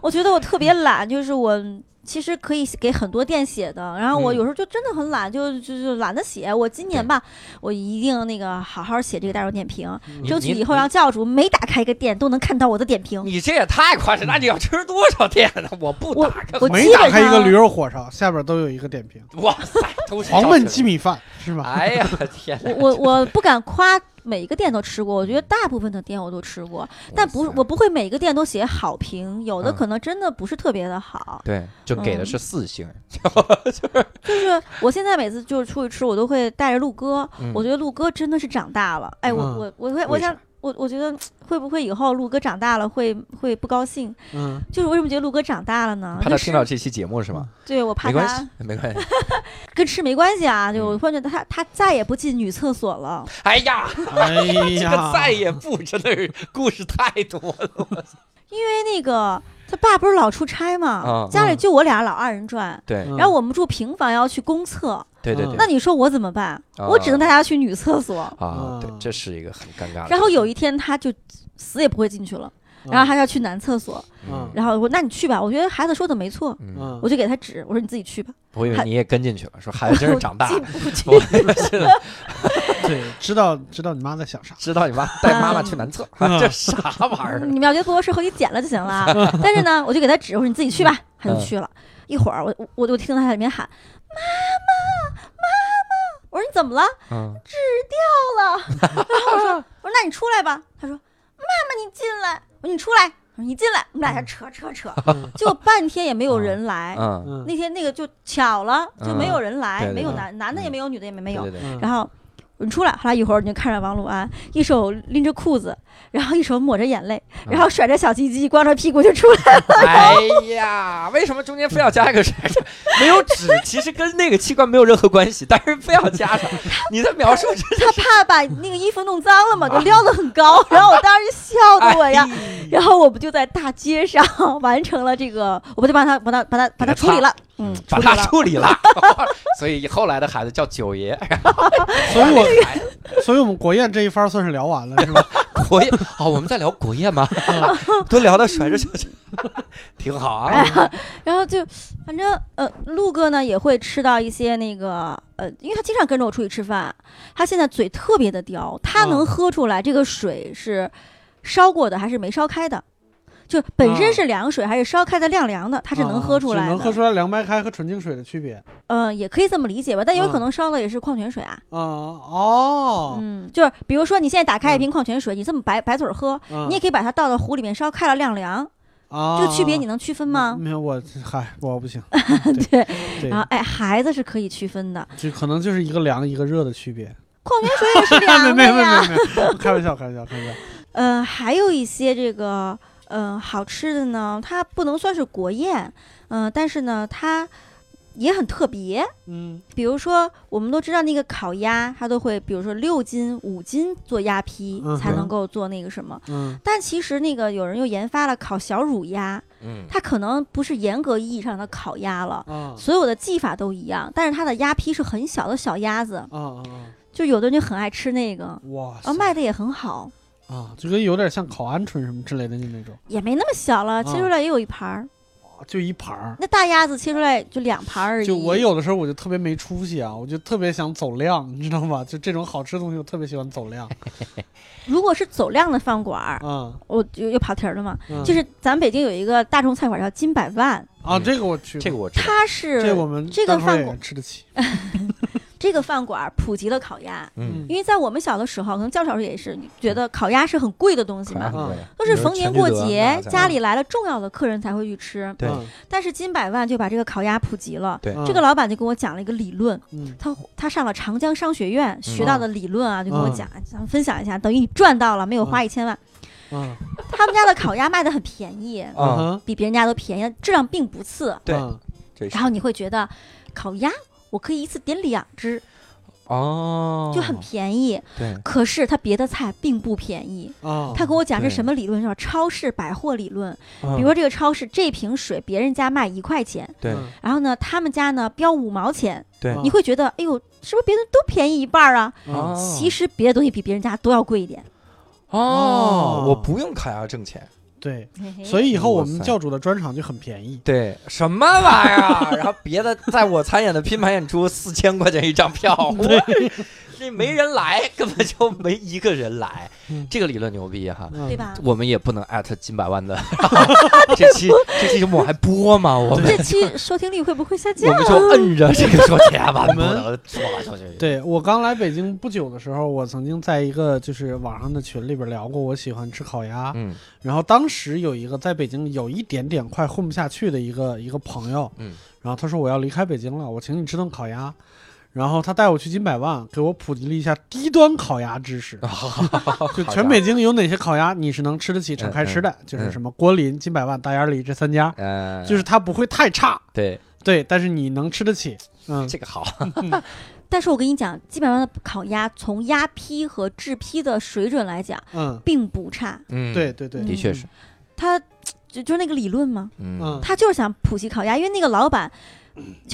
S3: 我觉得我特别懒，就是我其实可以给很多店写的，然后我
S1: 嗯
S3: 有时候就真的很懒，就就就懒得写。我今年吧，我一定那个好好写这个大众点评，
S1: 嗯你
S3: 争取
S1: 你
S3: 以后让教主每打开一个店都能看到我的点评。
S1: 你这也太夸张，那你要吃多少店呢？嗯我不
S3: 我
S1: 打开，
S3: 我
S2: 每
S3: 基
S2: 打
S3: 本
S2: 开一个
S3: 上
S2: 驴肉火烧，下边都有一个 点评，
S1: 哇塞，都是
S2: 黄焖
S1: 鸡
S2: 鸡米饭是吧？
S1: 哎呀天哪！
S3: 我我我不敢夸每一个店都吃过，我觉得大部分的店我都吃过，但不是
S1: 哇塞
S3: 我不会每一个店都写好评，有的
S1: 嗯
S3: 可能真的不是特别的好。
S1: 对，就给的
S3: 嗯
S1: 是四星。
S3: 就是我现在每次就是出去吃，我都会带着陆哥，
S1: 嗯啊
S3: 我觉得陆哥真的是长大了。哎，我
S2: 嗯
S3: 我我会我
S1: 为
S3: 想
S1: 啥
S3: 我我觉得会不会以后陆哥长大了会会不高兴？
S2: 嗯，
S3: 就是为什么觉得陆哥长大了呢？
S1: 怕
S3: 就
S1: 他
S3: 是
S1: 听到这期节目是吗？
S3: 对我嗯怕
S1: 没关系
S3: 他，
S1: 没关 系。
S3: 跟吃没关系啊，就
S1: 嗯
S3: 我突然觉得他他再也不进女厕所了。
S1: 哎呀，
S2: 哎
S1: 这
S2: 呀
S1: 个，再也不真的是故事太多了。
S3: 因为那个他爸不是老出差嘛，
S1: 啊
S3: 家里就我俩老二人转。
S1: 对
S2: 嗯
S3: 然后我们住平房，要去公厕，
S1: 对对
S2: 嗯
S1: 对，
S3: 那你说我怎么办？
S1: 啊
S3: 我只能带他去女厕所。
S1: 啊，对
S2: 嗯，
S1: 这是一个很尴尬的事情。
S3: 然后有一天他就死也不会进去了，然后
S2: 还
S3: 他要去男厕所。
S1: 嗯，
S3: 然后我说那你去吧，我觉得孩子说的没错，
S1: 嗯，
S2: 嗯
S3: 我就给他指，我说你自己去吧。
S1: 我以为你也跟进去了，说孩子哎真是长大
S3: 进
S1: 了。
S3: 不去
S1: 我也是
S2: 对，知道知道你妈在想啥，
S1: 知道你妈带妈妈去男厕，
S2: 嗯
S1: 这啥玩意儿？
S3: 你们要觉得不合适，回去剪了就 行了。但是呢，我就给他指，我说你自己去吧，他
S1: 嗯
S3: 就去了。一会儿我我我就听到他在里面喊妈妈妈妈，我说你怎么了？
S1: 嗯，
S3: 到了。然后我说我说那你出来吧。他说妈妈你进来。我说你出来。我说你进来。我们俩在扯扯扯，
S2: 嗯
S3: 结果半天也没有人来。
S1: 嗯，
S2: 嗯
S3: 那天那个就巧了，就没有人来，
S1: 嗯对对
S3: 没有
S1: 对
S3: 男男的也没有，女的也没有
S1: 对。对对，
S2: 嗯
S3: 然后你出来，后来一会儿你就看着王鲁安一手拎着裤子，然后一手抹着眼泪，
S1: 嗯
S3: 然后甩着小鸡鸡，光着屁股就出来了。
S1: 哎呀，为什么中间非要加一个啥？没有纸，其实跟那个器官没有任何关系，但是非要加上。你在 描述这
S3: 他怕把那个衣服弄脏了嘛，就撩得很
S1: 嗯
S3: 高。 然后我当时笑的我呀。
S1: 哎
S3: 然后我们就在大街上完成了这个，我们就把它把它把它把它
S1: 给它
S3: 处理了，嗯
S1: 嗯，，
S3: 处
S1: 把
S3: 理
S1: 它
S3: 了。
S1: 处理了， 所以后来的孩子叫九爷，
S2: 所以 我，所以我们国宴这一番算是聊完了，是吧？
S1: 国宴。哦，我们在聊国 宴吗？都聊到甩着手，挺好
S2: 哎
S1: 啊。
S3: 然后就反正呃，陆哥呢也会吃到一些那个呃，因为他经常跟着我出去吃饭，他现在嘴特别的刁，他能
S2: 嗯
S3: 喝出来这个水是烧过的还是没烧开的，就本身
S2: 啊
S3: 是凉水还是烧开的凉凉的，他是能喝出来
S2: 嗯只
S3: 的。
S2: 能喝出来凉白开和纯净水的区别啊
S3: 嗯，也可以这么理解吧，但有可
S2: 嗯
S3: 能烧的也是矿泉水啊。
S2: 哦，
S3: 嗯，就是比如说你现在打开一
S2: 嗯
S3: 瓶矿泉水，你这么白白嘴儿喝，
S2: 嗯
S3: 你也可以把它倒到壶里面烧开了晾凉，
S2: 啊，
S3: 这个区别你能区分
S2: 嗯
S3: 吗？
S2: 没有，我嗨，我不 行。
S3: 对，
S2: 对
S3: 然，后哎，孩子是可以区分的，
S2: 就可能就是一个凉一个热的区别。
S3: 矿泉水也是
S2: 没
S3: 凉的
S2: 没没
S3: 啊呀。
S2: 没没，开玩笑，开玩笑，开玩笑。
S3: 嗯，还有一些这个嗯好吃的呢，它不能算是国宴，嗯，但是呢它也很特别。
S2: 嗯
S3: 比如说，我们都知道那个烤鸭，它都会，比如说六斤、五斤做鸭皮
S2: 嗯哼
S3: 才能够做那个什么。
S2: 嗯
S3: 但其实那个有人又研发了烤小乳鸭，
S1: 嗯，
S3: 它可能不是严格意义上的烤鸭了，
S2: 啊
S3: 所有的技法都一样，但是它的鸭皮是很小的小鸭子，
S2: 啊啊啊！
S3: 就有的人就很爱吃那个，
S2: 哇塞
S3: 啊，卖的也很好，
S2: 啊，就跟有点像烤鹌鹑什么之类的就那种，
S3: 也没那么小了，切出来也有一盘儿，
S2: 啊就一盘儿。
S3: 那大鸭子切出来就两盘儿而已。
S2: 就我有的时候我就特别没出息啊，我就特别想走量，你知道吗？就这种好吃的东西，我特别喜欢走 量。
S3: 如果是走量的饭馆儿，
S2: 啊，
S3: 我就又跑题儿了嘛，
S2: 嗯
S3: 就是咱北京有一个大众菜馆叫金百万，
S2: 啊，这个我去过，
S1: 这个我知道。
S3: 它是
S2: 这我们
S3: 这个
S2: 单口
S3: 饭
S2: 演
S3: 馆
S2: 员吃得起。
S3: 这个饭馆儿普及了烤鸭。
S1: 嗯，
S3: 因为在我们小的时候，可能教授也是觉得烤鸭是很贵的东西
S1: 可爱
S2: 嗯
S3: 嘛，
S1: 很贵啊
S3: 都是逢年过节
S2: 啊
S1: 嗯
S3: 家里来了重要的客人才会去吃。
S1: 对
S2: 嗯
S3: 但是金百万就把这个烤鸭普及了。
S1: 对
S3: 这个老板就跟我讲了一个理论，
S2: 嗯
S3: 他他上了长江商学
S1: 嗯
S3: 院学到的理论啊，就跟我
S2: 嗯
S3: 讲，咱们分享一下，等于你赚到了，没有花一千万。
S2: 嗯
S3: 他们家的烤鸭卖的很便宜，
S2: 嗯
S1: 啊，
S2: 哼
S3: 比别人家都便宜，质量并不次。
S1: 对
S2: 嗯
S1: 这是
S3: 然后你会觉得烤鸭我可以一次点两只，
S1: 哦，
S3: 就很便宜。
S1: 对，哦
S3: 可是它别的菜并不便宜。
S2: 啊，
S3: 他跟我讲是
S1: 对嗯
S3: 什么理论？叫超市百货理论。
S1: 比
S3: 比如说这个超市这瓶水别人家卖一块钱，
S1: 对
S2: 嗯
S3: 然后呢他们家呢标五毛钱，
S1: 对
S2: 啊
S3: 你会觉得哎呦，是不是别人都便宜一半儿啊？
S2: 嗯
S1: 哦
S3: 其实别的东西比别人家都要贵一点。
S1: 哦
S2: 哦，
S1: 我不用烤鸭挣钱。
S2: 对，所以以后我
S1: 哇
S2: 们
S1: 塞
S2: 教主的专场就很便宜。
S1: 对，什么玩意 儿？啊然后别的在我参演的拼盘演出四千块钱一张票， 我这没人来，根本就没一个人来
S2: 嗯。
S1: 这个理论牛逼哈！
S3: 对
S2: 对？
S3: 吧？
S1: 我们也不能艾特金百万的， 这期 这期节目还播吗？我们
S3: 这期收听率会不会下
S1: 我
S3: 降？
S1: 们就摁着这个说啊千 万不能说来说去。
S2: 嗯对我刚来北京不久的时候，我曾经在一个就是网上的群里边聊过，我喜欢吃烤鸭。
S1: 嗯
S2: 然后当时有一个在北京有一点点快混不下去的一个一个朋友，
S1: 嗯，
S2: 然后他说我要离开北京了，我请你吃顿烤鸭。然后他带我去金百万，给我普及了一下低端烤鸭知识，
S1: 哦
S2: 就全北京有哪些烤鸭你是能吃得
S1: 嗯
S2: 起、敞开吃的，就是什么郭林、金百万、大眼里这三家，
S1: 嗯，
S2: 就是它不会太差，
S1: 对
S2: 对，但是你能吃得起，嗯，
S1: 这个好，
S3: 但是我跟你讲，基本上的烤鸭从鸭坯和制坯的水准来讲，
S2: 嗯，
S3: 并不差。
S1: 嗯，
S2: 对，对对，
S1: 的确是，
S3: 它就就是那个理论嘛，
S1: 嗯
S2: 嗯
S3: 他就是想普及烤鸭，因为那个老板。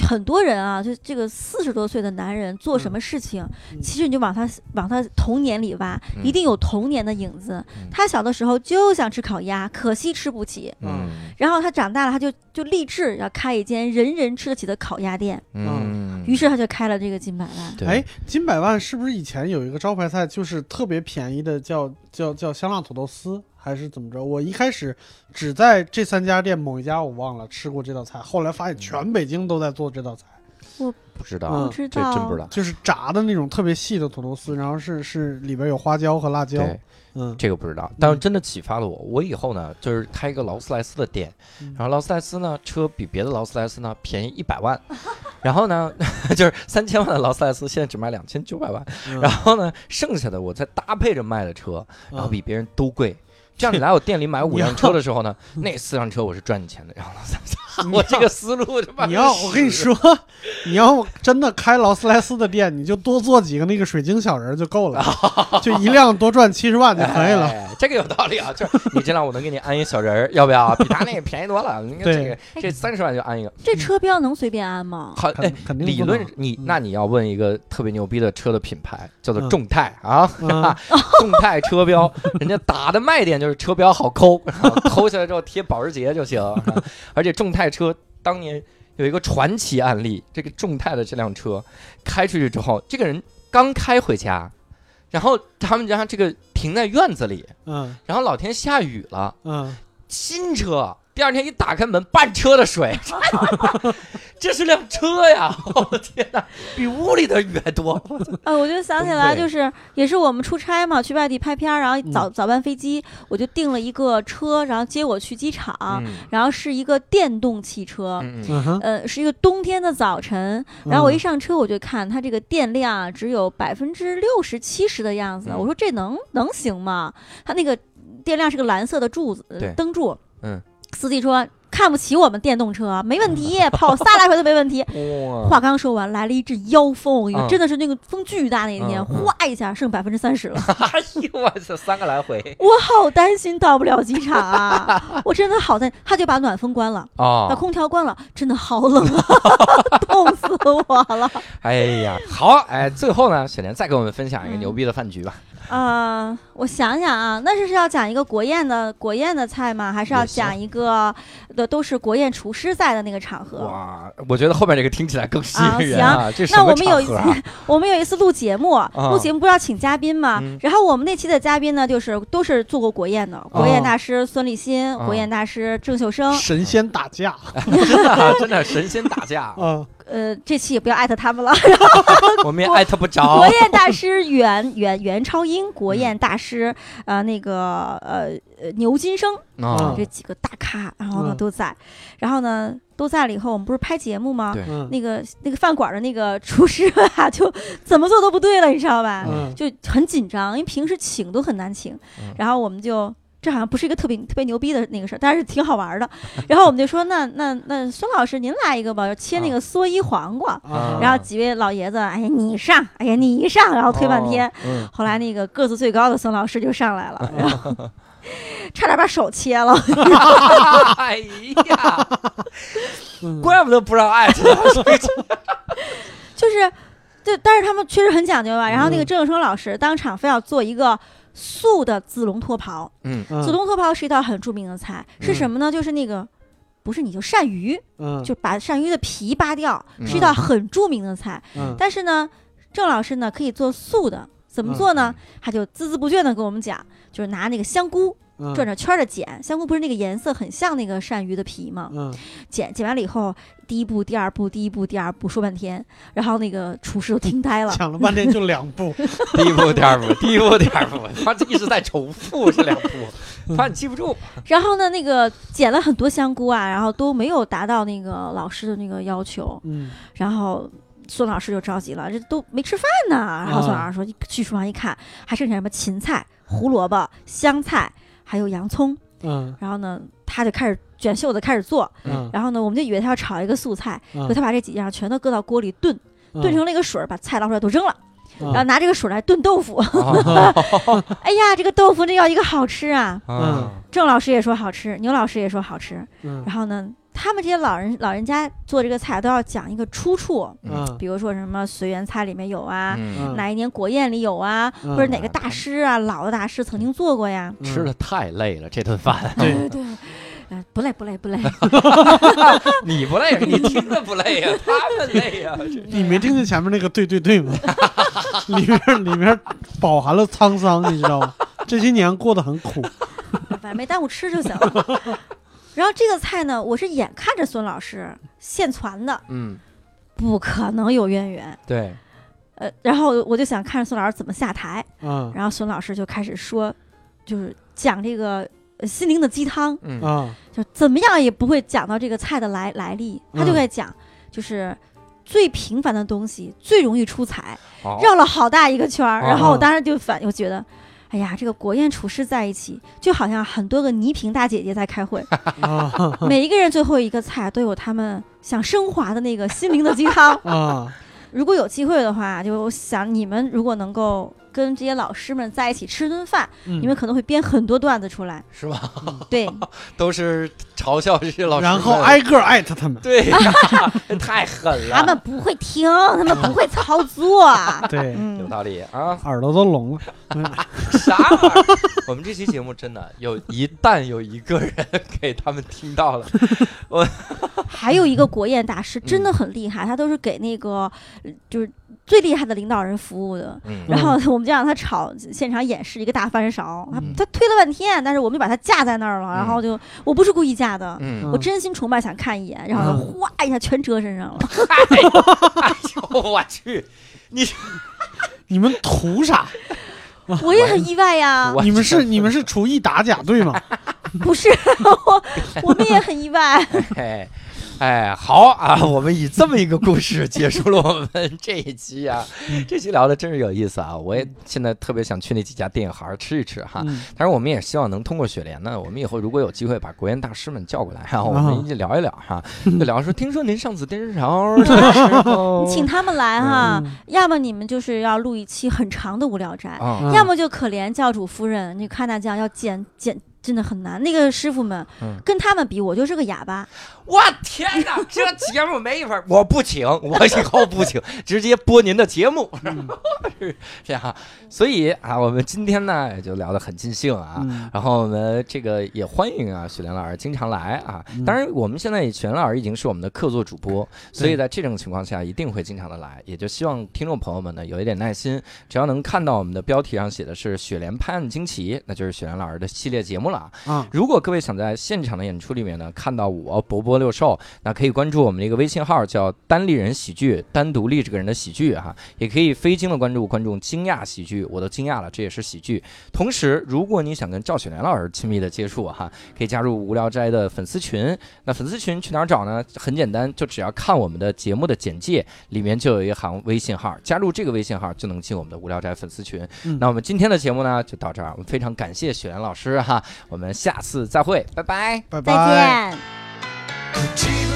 S3: 很多人啊，就这个四十多岁的男人做什么事情，
S2: 嗯
S3: 其实你就往他往他童年里挖，
S1: 嗯
S3: 一定有童年的影子。
S1: 嗯
S3: 他小的时候就想吃烤鸭，可惜吃不起。
S1: 嗯
S3: 然后他长大了，他就就立志要开一间人人吃得起的烤鸭店，
S1: 嗯，
S3: 于是他就开了这个金百万。
S1: 对
S2: 哎，金百万是不是以前有一个招牌菜，就是特别便宜的叫，叫叫香辣土豆丝，还是怎么着？我一开始只在这三家店某一家我忘了吃过这道菜，后来
S1: 嗯
S2: 发现全北京都在做这道菜，
S1: 不知道，
S2: 嗯
S3: 不知
S1: 哦这
S3: 道，
S1: 真不知道。
S2: 就是炸的那种特别细的土豆丝，然后是是里边有花椒和辣椒，
S1: 对，
S2: 嗯
S1: 这个不知道，但是真的启发了我。我以后呢，就是开一个劳斯莱斯的店，
S2: 嗯
S1: 然后劳斯莱斯呢，车比别的劳斯莱斯呢便宜一百万，然后呢， 就是三千万的劳斯莱斯现在只卖两千九百万，
S2: 嗯，
S1: 然后呢，剩下的我再搭配着卖的车，然后比别人都贵。这样你来我店里买 五辆车的时候呢，那四辆车我是赚你钱的。然后劳斯莱斯，
S2: 嗯
S1: 我这个思路他妈
S2: 你要我跟你说， 你要真的开劳斯莱斯的店，你就多做几个那个水晶小人儿就够 了，就一辆多赚七十万就可以了。
S1: 哎这个有道理啊，就是你这辆我能给你安一小人儿， 要不要？比他那个便宜多了。你看这 个
S2: 哎
S1: 这三十万就安一个，
S3: 这车标能随便安 吗？
S1: 好，哎
S2: 肯，肯定
S1: 理
S2: 不能
S1: 论你
S2: 嗯
S1: 那你要问一个特别牛逼的车的品牌，叫做
S2: 嗯
S1: 众泰 啊，
S2: 嗯
S1: 众泰车标，人家打的卖点就是车标好抠， 然后抠下来之后贴保时捷就行。 啊而且众泰车当年有一个传奇案例，这个众泰的这辆车开出去之后，这个人刚开回家，然后他们家这个停在院子里，
S2: 嗯
S1: 然后老天下雨了。
S2: 嗯，
S1: 新车，第二天一打开门，半车的 水，这是辆车呀！ 我的天哪，比屋里的雨还多。
S3: 啊，我就想起
S1: 崩
S3: 来，
S1: 溃
S3: 就是也是我们出差嘛，去外地拍片儿，然后
S1: 嗯
S3: 早、早班飞机，我就订了一个车，然后接我去机场，然后是一个电动汽车。
S1: 嗯嗯
S2: 嗯哼，
S3: 啊呃，是一个冬天的早晨，然后我一上车我就看它这个电量啊只有百分之六十七十的样子，
S1: 嗯
S3: 我说这能能行吗？它那个电量是个蓝色的柱子呃
S1: 对
S3: 灯柱，
S1: 嗯，
S3: 司机说看不起我们电动车，没问题，跑仨来回都没问题，
S1: 嗯，
S3: 话刚说完，来了一阵妖风，我跟你
S1: 嗯
S3: 说，真的是那个风巨大那一天，
S1: 嗯嗯
S3: 哗一下剩百分之三十 了，
S1: 哎呦我操，三个来回
S3: 我好担心到不了机场啊！我真的好担，他就把暖风关了，把
S1: 哦，
S3: 空调关了，真的好冷啊， 冻死我了
S1: 哎呀，好，哎，最后呢，雪莲再给我们分享一个
S3: 嗯
S1: 牛逼的饭局吧，
S3: 啊、我想想啊，那是是要讲一个国宴的国宴的菜吗？还是要
S1: 也行
S3: 讲一个的都是国宴厨师在的那个场合？
S1: 哇，我觉得后面这个听起来更吸引人啊，这是
S3: 那
S1: 什么
S3: 我们有
S1: 场
S3: 一
S1: 合
S3: 次
S1: 啊？，
S3: 我们有一次录节目，录节目不是要请嘉宾嘛？
S1: 嗯
S3: 然后我们那期的嘉宾呢，就是都是做过国宴的，国
S1: 啊
S3: 宴
S2: 哦
S3: 大师孙立新，
S1: 哦
S3: 国宴大师郑秀生。
S2: 神仙打架
S3: 啊
S1: 真的啊 真的神仙打 架，
S2: 啊，
S3: 呃，这期也不要艾特他们了。
S1: 我们也艾特不着
S3: 国。宴大师袁袁袁超英，国
S1: 嗯
S3: 宴大师呃那个呃呃牛金生，
S1: 啊
S3: 这几个大咖，然后呢
S2: 嗯
S3: 都在，然后呢都在了以后，我们不是拍节目吗
S1: 对？
S2: 嗯
S3: 那个那个饭馆的那个厨师啊， 就怎么做都不对了，你知道吧？
S1: 嗯
S2: 嗯
S3: 就很紧张，因为平时请都很难请
S1: 嗯。
S3: 然后我们就这好像不是一个特别特别牛逼的那个事儿，但是挺好玩儿的。然后我们就说，那那那孙老师您来一个吧，切
S1: 嗯
S3: 那个蓑衣黄瓜。
S1: 啊
S3: 然后几位老爷子，哎呀你上，哎呀你上，然后推半
S2: 哦
S3: 天。
S4: 嗯，
S3: 后来那个个子最高的孙老师就上来了，然后差点把手切了。
S1: 哎呀，
S2: 嗯
S1: 怪不得不让艾特，
S3: 就是，对，但是他们确实很讲究吧。然后那个郑有生老师当场非要做一个素的子龙脱袍，
S1: 嗯
S2: 嗯
S3: 子龙脱袍是一道很著名的菜，是什么呢？就是那个。不是，你就鳝鱼，
S2: 嗯
S3: 就把鳝鱼的皮扒掉，
S1: 嗯
S3: 是一道很著名的菜。
S2: 嗯
S3: 但是呢，郑老师呢可以做素的，怎么做
S1: 嗯
S3: 呢？他就孜孜不倦的跟我们讲，就是拿那个香菇
S2: 嗯
S3: 转着圈儿的剪，香菇不是那个颜色很像那个鳝鱼的皮吗？
S2: 嗯
S3: 剪剪完了以后，第一步、第二步、第一步、第二步，说半天，然后那个 厨师都惊呆了。
S2: 抢了半天就 两步，
S1: 第一步、第二 步，第一步、第二步，嗯他一直在重复这两步，怕你记不住。
S3: 然后呢，那个剪了很多香菇啊，然后都没有达到那个老师的那个要求，
S2: 嗯
S3: 然后。孙老师就着急了，这都没吃饭呢。然后孙
S2: 啊
S3: 老师说，去厨房一看，还剩下什么芹菜、胡萝卜、香菜，还有洋葱。
S2: 嗯
S3: 然后呢，他就开始卷袖子开始做。
S2: 嗯，
S3: 然后呢，我们就以为他要炒一个素菜，
S2: 嗯
S3: 所以他把这几样全都搁到锅里炖，炖成了一个水儿，把菜捞出来都扔了。
S2: 嗯
S3: 然后拿这个水来炖豆腐。
S1: 哦
S3: 哎呀，这个豆腐这要一个好吃啊！
S1: 啊
S3: 郑老师也说好吃，牛老师也说好吃。
S2: 嗯
S3: 然后呢，他们这些老人老人家做这个菜都要讲一个出处，
S2: 嗯
S3: 比如说什么随园菜里面有啊，
S1: 嗯，
S2: 嗯
S3: 哪一年国宴里有啊，
S2: 嗯
S3: 或者哪个大师啊，老的大师曾经做过呀。
S1: 吃的太累了，这顿饭
S2: 对，
S3: 对，呃，不累不累不累，
S1: 你不累，啊 你听着不累呀，他们累啊呀。
S2: 你没听见前面那个对对对 吗？里面里面饱含了沧桑，你知道吗？ 这些年过得很苦，
S3: 反正没耽误吃就行。 然后这个菜呢，我是眼看着孙老师现传的，
S1: 嗯，
S3: 不可能有渊源。
S1: 对，
S3: 呃，然后我就想看孙老师怎么下台，
S2: 嗯
S3: 然后孙老师就开始说，就是讲这个呃心灵的鸡汤，
S1: 嗯
S2: 啊
S3: 就怎么样也不会讲到这个菜的来来历，他就
S2: 嗯
S3: 会讲，就是最平凡的东西最容易出彩，
S1: 好
S3: 绕了好大一个圈儿。然后我
S2: 哦
S3: 当时就反，我觉得。哎呀，这个国宴厨师在一起，就好像很多个倪萍大姐姐在开 会，
S2: 啊
S3: 每一个人最后一个菜都有他们想升华的那个心灵的鸡汤。
S2: 啊！
S3: 如果有机会的话，就我想你们如果能够跟这些老师们在一起吃顿饭，
S2: 你
S3: 你们可能会编很多段子出来。
S1: 嗯
S3: 嗯
S1: 是吧？
S3: 对，
S1: 都是嘲笑这些老师们，
S2: 然后挨个艾特他们，
S1: 对， 太狠
S3: 他们
S1: 了，
S3: 不 会听，他们不会操作。
S2: 对，
S1: 有
S3: 嗯，
S1: 道理啊。
S2: 耳朵都聋了。
S1: 啥玩意儿？ 我们这期节目真的有一旦有一个人给他们听到 了，
S3: 还有一个国宴大师
S1: 嗯
S3: 真的很厉害，他都是给那个呃就是最厉害的领导人服务的。
S1: 嗯
S3: 然后 我们就让他炒，现场演示一个大翻勺，他
S1: 嗯
S3: 他推了半天，但是我们就把他架在那儿了。然后就我不是故意架的，
S1: 嗯，
S3: 我真心崇拜，想看一眼，然后
S2: 嗯
S3: 哗一下全折身上了。
S1: 哎呦 我去，
S2: 你们图啥？
S3: 我也很意外呀，
S1: 我
S2: 你们是你们是厨艺打假队吗？
S3: 不是 我，我们也很意外。
S1: 哎哎好啊，我们以这么一个故事结束了我们这一期啊，
S2: 嗯
S1: 这期聊的真是有意思啊！我也现在特别想去那几家电影好好吃一吃哈。
S2: 嗯
S1: 当然，我们也希望能通过雪莲呢，我们以后如果有机会把国宴大师们叫过来哈、我
S2: 啊
S1: 们一起聊一聊 哈、就聊说，听说您上次电视潮的时候
S3: 请他们来哈，要么你们就是要录一期很长的《无聊斋》
S2: 嗯
S1: 啊，
S3: 要么就可怜教主夫人，你看那酱要剪剪。真的很难，那个师傅们、
S1: 嗯
S3: 跟他们比，我就是个哑巴。
S1: 我天哪，这节目没法，我不请，我以后不请，直接播您的节目，
S2: 嗯
S1: 是这样。所以啊，我们今天呢也就聊得很尽兴啊。
S2: 嗯
S1: 然后我们这个也欢迎啊，许莲老师经常来啊。当然，我们现在许莲老师已经是我们的客座主播，所以在这种情况下一定会经常的来。也就希望听众朋友们呢有一点耐心，只要能看到我们的标题上写的是“雪莲拍案惊奇”，那就是雪莲老师的系列节目了啊。
S2: 啊
S1: 如果各位想在现场的演出里面呢看到我博博六兽，那可以关注我们的一个微信号，叫“单立人喜剧”，单独立这个人的喜剧哈、也可以非经的关注观众惊讶喜剧，我都惊讶了，这也是喜剧。同时，如果你想跟赵雪莲老师亲密的接触哈、可以加入无聊斋的粉丝群。那粉丝群去哪儿找呢？很简单，就只要看我们的节目的简介，里面就有一行微信号，加入这个微信号就能进我们的无聊斋粉丝群。
S2: 嗯
S1: 那我们今天的节目呢就到这儿，我们非常感谢雪莲老师哈、我们下次再会，拜拜。
S4: 拜拜。
S3: 再见。
S5: 寂